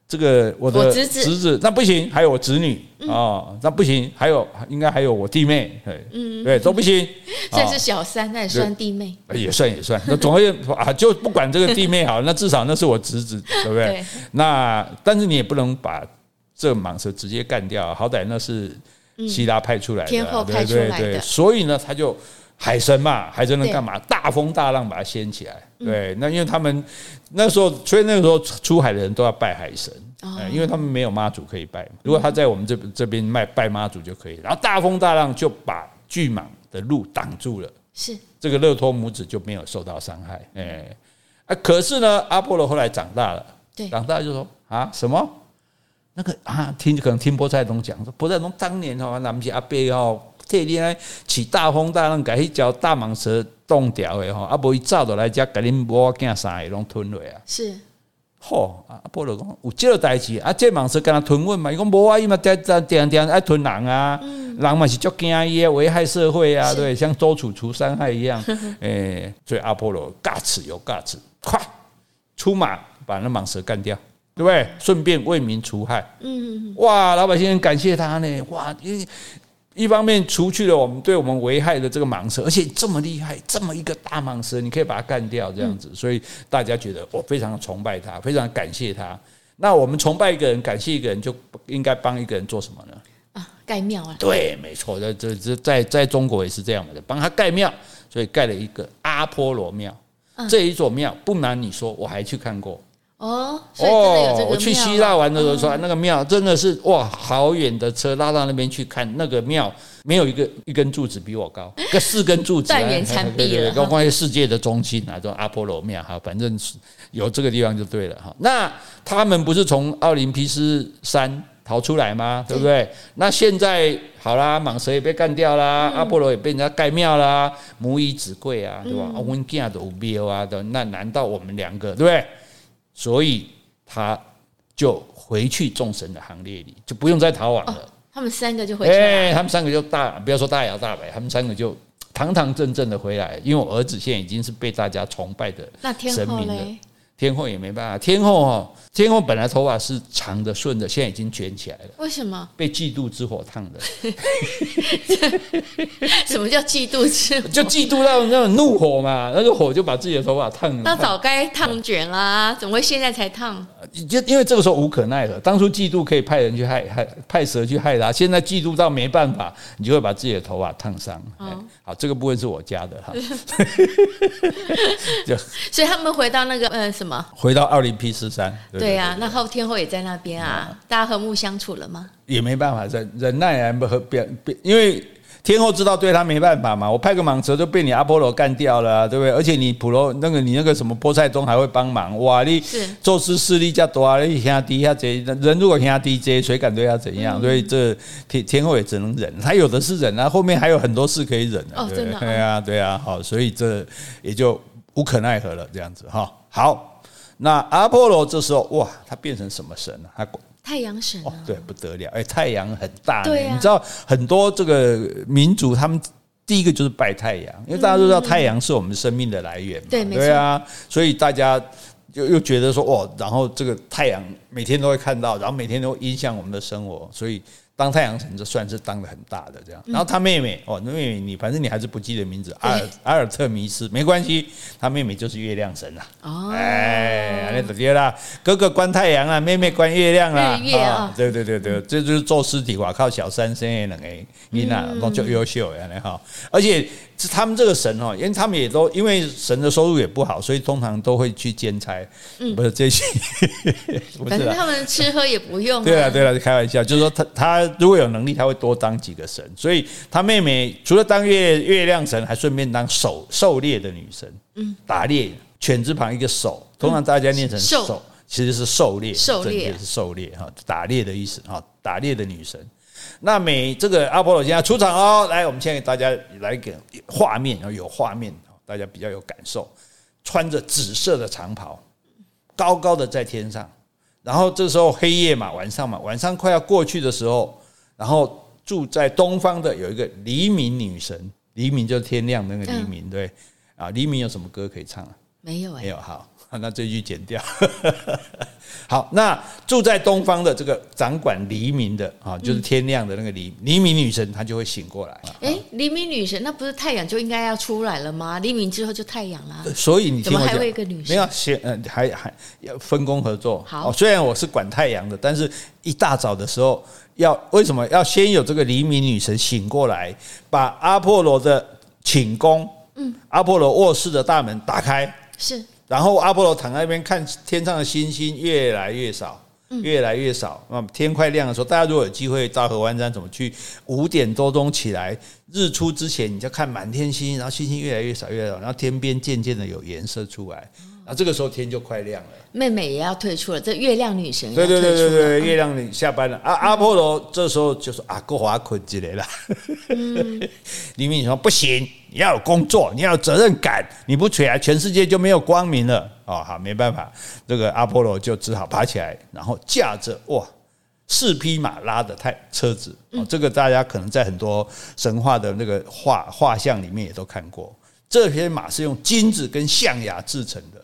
Speaker 1: 这个我的
Speaker 2: 我侄子嗯
Speaker 1: 那不行，还有我侄女哦，那不行，还有应该还有我弟妹，嗯，对，都不行，
Speaker 2: 算
Speaker 1: 哦
Speaker 2: 是小三，那也算弟妹，
Speaker 1: 也算也算，那总而言 <laughs> 之啊，就不管这个弟妹好了，那至少那是我侄子，对不对？
Speaker 2: 对
Speaker 1: 那但是你也不能把这蟒蛇直接干掉啊，好歹那是希拉派出来的啊、
Speaker 2: 嗯天后
Speaker 1: 对
Speaker 2: 派
Speaker 1: 不
Speaker 2: 出
Speaker 1: 对
Speaker 2: 来
Speaker 1: 对
Speaker 2: 的
Speaker 1: 所以呢，他就海神嘛，海神能干嘛？大风大浪把它掀起来。
Speaker 2: 嗯
Speaker 1: 对，那因为他们那时候，所以那个时候出海的人都要拜海神。
Speaker 2: 哦
Speaker 1: 哎因为他们没有妈祖可以拜嘛，如果他在我们这这边拜拜妈祖就可以了，然后大风大浪就把巨蟒的路挡住了，
Speaker 2: 是
Speaker 1: 这个勒托母子就没有受到伤害。哎、啊，可是呢，阿波罗后来长大了，
Speaker 2: 对
Speaker 1: 长大就说啊什么？那个啊，听可能听波塞冬讲说，波塞冬当年哦，南是阿伯哦，特地来起大风大浪，把迄条大蟒蛇冻掉的吼，啊，无伊走落来，才甲恁某仔囝三个拢吞落啊。
Speaker 2: 是，
Speaker 1: 吼、啊阿波罗讲有即个代志，啊，这蟒蛇敢若吞阮嘛？伊讲无啊，伊嘛定定定定爱吞人啊，人嘛是足惊伊的，危害社会啊，
Speaker 2: 嗯是
Speaker 1: 对，像周楚除三害一
Speaker 2: <laughs>
Speaker 1: 样。诶、所以阿波罗尬齿有尬齿，快出马把那蟒蛇干掉，对不对？顺便为民除害。
Speaker 2: 嗯，
Speaker 1: 哇，老百姓很感谢他呢，哇，因为一方面除去了我们对我们危害的这个蟒蛇，而且这么厉害，这么一个大蟒蛇，你可以把它干掉，这样子，
Speaker 2: 嗯
Speaker 1: 所以大家觉得我哦非常崇拜他，非常感谢他。那我们崇拜一个人，感谢一个人，就不应该帮一个人做什么呢？
Speaker 2: 啊，盖庙啊，
Speaker 1: 对，没错，这这这在在中国也是这样的，帮他盖庙，所以盖了一个阿波罗庙。
Speaker 2: 嗯
Speaker 1: 这一座庙不难你说，我还去看过。
Speaker 2: 哦，所以真的有这个庙啊、嗯
Speaker 1: 我去希腊玩的时候说，啊那个庙真的是哇，好远的车拉到那边去看那个庙，没有一个一根柱子比我高，个四根柱子，啊
Speaker 2: 断垣残壁
Speaker 1: 对
Speaker 2: 了
Speaker 1: 对对跟关于世界的中心啊，这种阿波罗庙哈，反正是有这个地方就对了哈。那他们不是从奥林匹斯山逃出来吗？对不对？那现在好啦，蟒蛇也被干掉啦，
Speaker 2: 嗯
Speaker 1: 阿波罗也被人家盖庙啦，母以子贵啊，对吧？
Speaker 2: 嗯
Speaker 1: 啊我们囝都有庙啊的，那难道我们两个对不对？所以他就回去众神的行列里，就不用再逃亡了。
Speaker 2: 他们三个就回去了。
Speaker 1: 哎、他们三个就大，不要说大摇大摆，他们三个就堂堂正正的回来。因为我儿子现在已经是被大家崇拜的
Speaker 2: 那天
Speaker 1: 神
Speaker 2: 后
Speaker 1: 明了
Speaker 2: 嘞，
Speaker 1: 天后，也没办法。天后哦，天后本来头发是长的顺的，现在已经卷起来了，
Speaker 2: 为什么？ <laughs>
Speaker 1: 被嫉妒之火烫的，
Speaker 2: 什么叫嫉妒之
Speaker 1: 就嫉妒到那种怒火嘛，那个火就把自己的头发烫了。
Speaker 2: <laughs> 那
Speaker 1: 烫
Speaker 2: 早该烫卷啦、怎么会现在才烫？
Speaker 1: 就因为这个时候无可奈何，当初嫉妒可以派人去害害派蛇去害他，现在嫉妒到没办法，你就会把自己的头发烫伤。
Speaker 2: 哦
Speaker 1: 哎好，这个部分是我加
Speaker 2: <laughs>
Speaker 1: 的哈。就
Speaker 2: 所以他们回到那个呃什么？
Speaker 1: 回到奥林匹斯山，不
Speaker 2: 对呀、那后天后也在那边啊，大家和睦相处了吗？
Speaker 1: 也没办法忍忍耐啊，不和别别，因为天后知道对他没办法嘛，我派个蟒蛇就被你阿波罗干掉了啊、对不对？而且你普罗那个你那个什么波塞冬还会帮忙，哇，你
Speaker 2: 是
Speaker 1: 宙斯势力加多啊，你下低下贼，人如果下低贼，谁敢对他啊怎
Speaker 2: 嗯
Speaker 1: 样？所以这天天后也只能忍，他有的是忍啊，后面还有很多事可以忍啊，
Speaker 2: 哦
Speaker 1: 对不对
Speaker 2: 真的哦
Speaker 1: 对啊，对啊，好，所以这也就无可奈何了，这样子哈，好。那阿波罗这时候哇，他变成什么神了、他
Speaker 2: 太阳神
Speaker 1: 哦
Speaker 2: 啊，，
Speaker 1: 对，不得了，哎、太阳很大呢、
Speaker 2: 对啊
Speaker 1: 你知道很多这个民族他们。第一个就是拜太阳，因为大家都知道太阳是我们生命的来源嘛，
Speaker 2: 嗯对没错
Speaker 1: 对啊，所以大家又又觉得说哦，然后这个太阳每天都会看到，然后每天都影响我们的生活，所以当太阳神这算是当的很大的这
Speaker 2: 嗯
Speaker 1: 样。然后他妹妹哦，那妹妹你反正你还是不记得名字，阿尔阿尔特弥斯没关系，他妹妹就是月亮神啊，
Speaker 2: 哦
Speaker 1: 哎，那就对啦，哥哥观太阳啊，妹妹观月亮啦，
Speaker 2: 日月啊
Speaker 1: 对对对对，这就是做尸体哇，靠小三生也能哎，你那
Speaker 2: 嗯
Speaker 1: 那就优秀呀，那哈，而且这他们这个神哦，因为他们也都因为神的收入也不好，所以通常都会去兼差，
Speaker 2: 嗯
Speaker 1: 不是
Speaker 2: <laughs>
Speaker 1: 这些，不
Speaker 2: 反
Speaker 1: 是啊
Speaker 2: 正
Speaker 1: 啦。
Speaker 2: 他们吃喝也不用、啊。
Speaker 1: 对了对了，开玩笑，就是说他他如果有能力，他会多当几个神，所以他妹妹除了当月月亮神，还顺便当狩狩猎的女神，嗯，打猎犬字旁一个狩，通常大家念成
Speaker 2: 嗯
Speaker 1: 狩，
Speaker 2: 狩
Speaker 1: 其实是狩猎，
Speaker 2: 狩猎
Speaker 1: 正确是狩猎哈，打猎的意思哈，打猎的女神。那每这个阿波罗现在出场哦，来，我们现在给大家来给画面，哦有画面，大家比较有感受。穿着紫色的长袍，高高的在天上。然后这时候黑夜嘛，晚上嘛，晚上快要过去的时候，然后住在东方的有一个黎明女神，黎明就是天亮那个黎
Speaker 2: 嗯
Speaker 1: 明，对啊，黎明有什么歌可以唱啊？
Speaker 2: 没有哎、
Speaker 1: 没有好， <laughs> 那这句剪掉。 <laughs> 好，那住在东方的这个掌管黎明的啊，就是天亮的那个黎黎明女神，她就会醒过来。
Speaker 2: 嗯哎、黎明女神，那不是太阳就应该要出来了吗？黎明之后就太阳啊啦。
Speaker 1: 所以你听
Speaker 2: 怎
Speaker 1: 我
Speaker 2: 么
Speaker 1: 讲，
Speaker 2: 还会一个女
Speaker 1: 没
Speaker 2: 生
Speaker 1: 有先，嗯，还还要分工合作。
Speaker 2: 好
Speaker 1: 哦，虽然我是管太阳的，但是一大早的时候要为什么要先有这个黎明女神醒过来，把阿波罗的寝宫，嗯，阿波罗卧室的大门打开，
Speaker 2: 是
Speaker 1: 然后阿波罗躺在那边看天上的星星越来越少，越来越少。那么天快亮的时候，大家如果有机会到合欢山，怎么去？五点多钟起来，日出之前，你就看满天星，然后星星越来越少，越来越少，然后天边渐渐的有颜色出来，然后这个时候天就快亮了。
Speaker 2: 妹妹也要退出了，这月亮女神也
Speaker 1: 对
Speaker 2: 要退
Speaker 1: 对
Speaker 2: 出了。嗯
Speaker 1: 对对对，月亮你下班了啊！阿波罗这时候就说啊，够华困之类了。
Speaker 2: 嗯
Speaker 1: <laughs> 黎明说不行，你要有工作，你要有责任感，你不起来，全世界就没有光明了啊、哦！好，没办法，这个阿波罗就只好爬起来，然后驾着哇。四匹马拉的太车子、哦，
Speaker 2: 嗯
Speaker 1: 这个大家可能在很多神话的那个画画像里面也都看过。这匹马是用金子跟象牙制成的，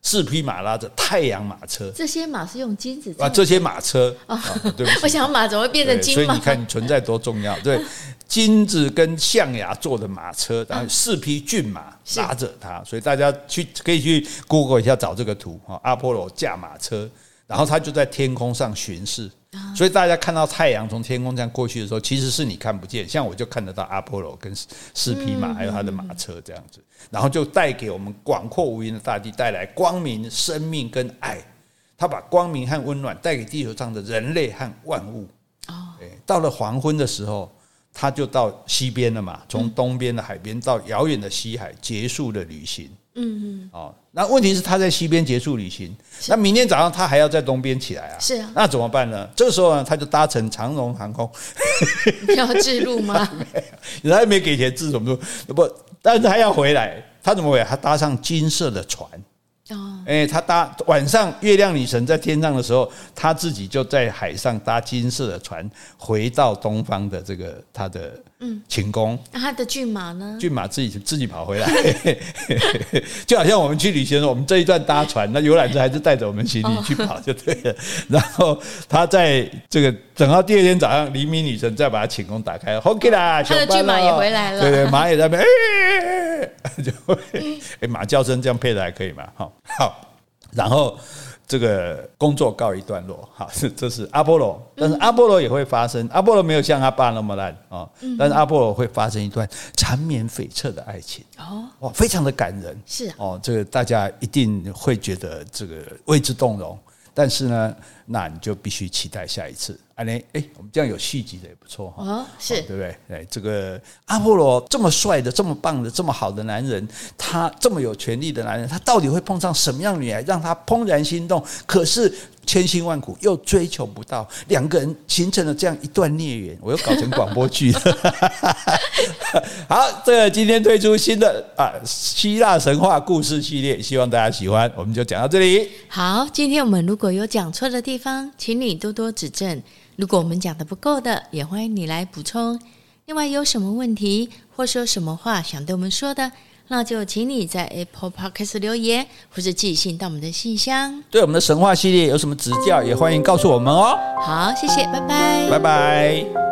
Speaker 1: 四匹马拉着太阳马车
Speaker 2: 这些马是用金子
Speaker 1: 啊，
Speaker 2: 造的。
Speaker 1: 这些马车啊，对不起，
Speaker 2: 我想马怎么会变成
Speaker 1: 对，所
Speaker 2: 金
Speaker 1: 以
Speaker 2: 马
Speaker 1: 你？看存在多重要。
Speaker 2: <laughs>
Speaker 1: 对，金子跟象牙做的马车，然后四匹骏马
Speaker 2: 嗯是
Speaker 1: 拉着它，所以大家去可以去 Google 一下找这个图啊，阿波罗驾马车，然后它就在天空上巡视。
Speaker 2: 啊
Speaker 1: 所以大家看到太阳从天空这样过去的时候，其实是你看不见，像我就看得到阿波罗跟四四匹
Speaker 2: 嗯
Speaker 1: 马，还有他的马车这样子，然后就带给我们广阔无垠的大地带来光明、生命跟爱。他把光明和温暖带给地球上的人类和万物。对，到了黄昏的时候，他就到西边了嘛，从东边的海边到遥远的西海，结束了旅行。嗯嗯。哦，那问题是他在西边结束旅行，那明天早上他还要在东边起来啊。
Speaker 2: 是啊
Speaker 1: 那怎么办呢？这个时候呢，他就搭乘长荣航空，
Speaker 2: <laughs> 你要置入吗？
Speaker 1: <laughs> 人家没给钱治什么都不，但是他要回来，他怎么回来？他搭上金色的船。
Speaker 2: 哦，
Speaker 1: 哎、他搭晚上月亮女神在天上的时候，他自己就在海上搭金色的船回到东方的这个他的嗯寝宫，
Speaker 2: 那他的骏马呢？
Speaker 1: 骏、马自己自己跑回来， <laughs> 就好像我们去旅行的时候，我们这一段搭船，那游览车还是带着我们行李去跑就对
Speaker 2: 哦
Speaker 1: 了。然后他在这个等到第二天早上，黎明女神再把他寝宫打开，OK 啦，
Speaker 2: 他的
Speaker 1: 小班
Speaker 2: 骏马也
Speaker 1: 咯
Speaker 2: 回来了
Speaker 1: 对对，马也在那边，哎、就会哎、马叫声这样配的还可以嘛？好，好，然后这个工作告一段落，好，这这是阿波罗，但是阿波罗也会发生，阿波罗没有像他爸那么烂啊、哦，但是阿波罗会发生一段缠绵悱恻的爱情，
Speaker 2: 哦，
Speaker 1: 哇，非常的感人，
Speaker 2: 是啊
Speaker 1: 哦，这个大家一定会觉得这个为之动容。但是呢，那你就必须期待下一次。啊，嘞，哎，我们这样有续集的也不错哈。
Speaker 2: 哦，
Speaker 1: 哦
Speaker 2: 是
Speaker 1: 对不对？哎，这个阿波罗这么帅的、这么棒的、这么好的男人，他这么有权力的男人，他到底会碰上什么样的女孩，让他怦然心动？可是千辛万苦又追求不到，两个人形成了这样一段孽缘。我又搞成广播剧了。 <laughs> 好，这个今天推出新的啊希腊神话故事系列，希望大家喜欢。我们就讲到这里。
Speaker 2: 好。今天我们如果有讲错的地方，请你多多指正。如果我们讲的不够的，也欢迎你来补充。另外，有什么问题或是有什么话想对我们说的，那就请你在 Apple Podcast 留言，或是寄信到我们的信箱。
Speaker 1: 对我们的神话系列有什么指教，也欢迎告诉我们哦。
Speaker 2: 好，谢谢，拜拜。
Speaker 1: 拜拜。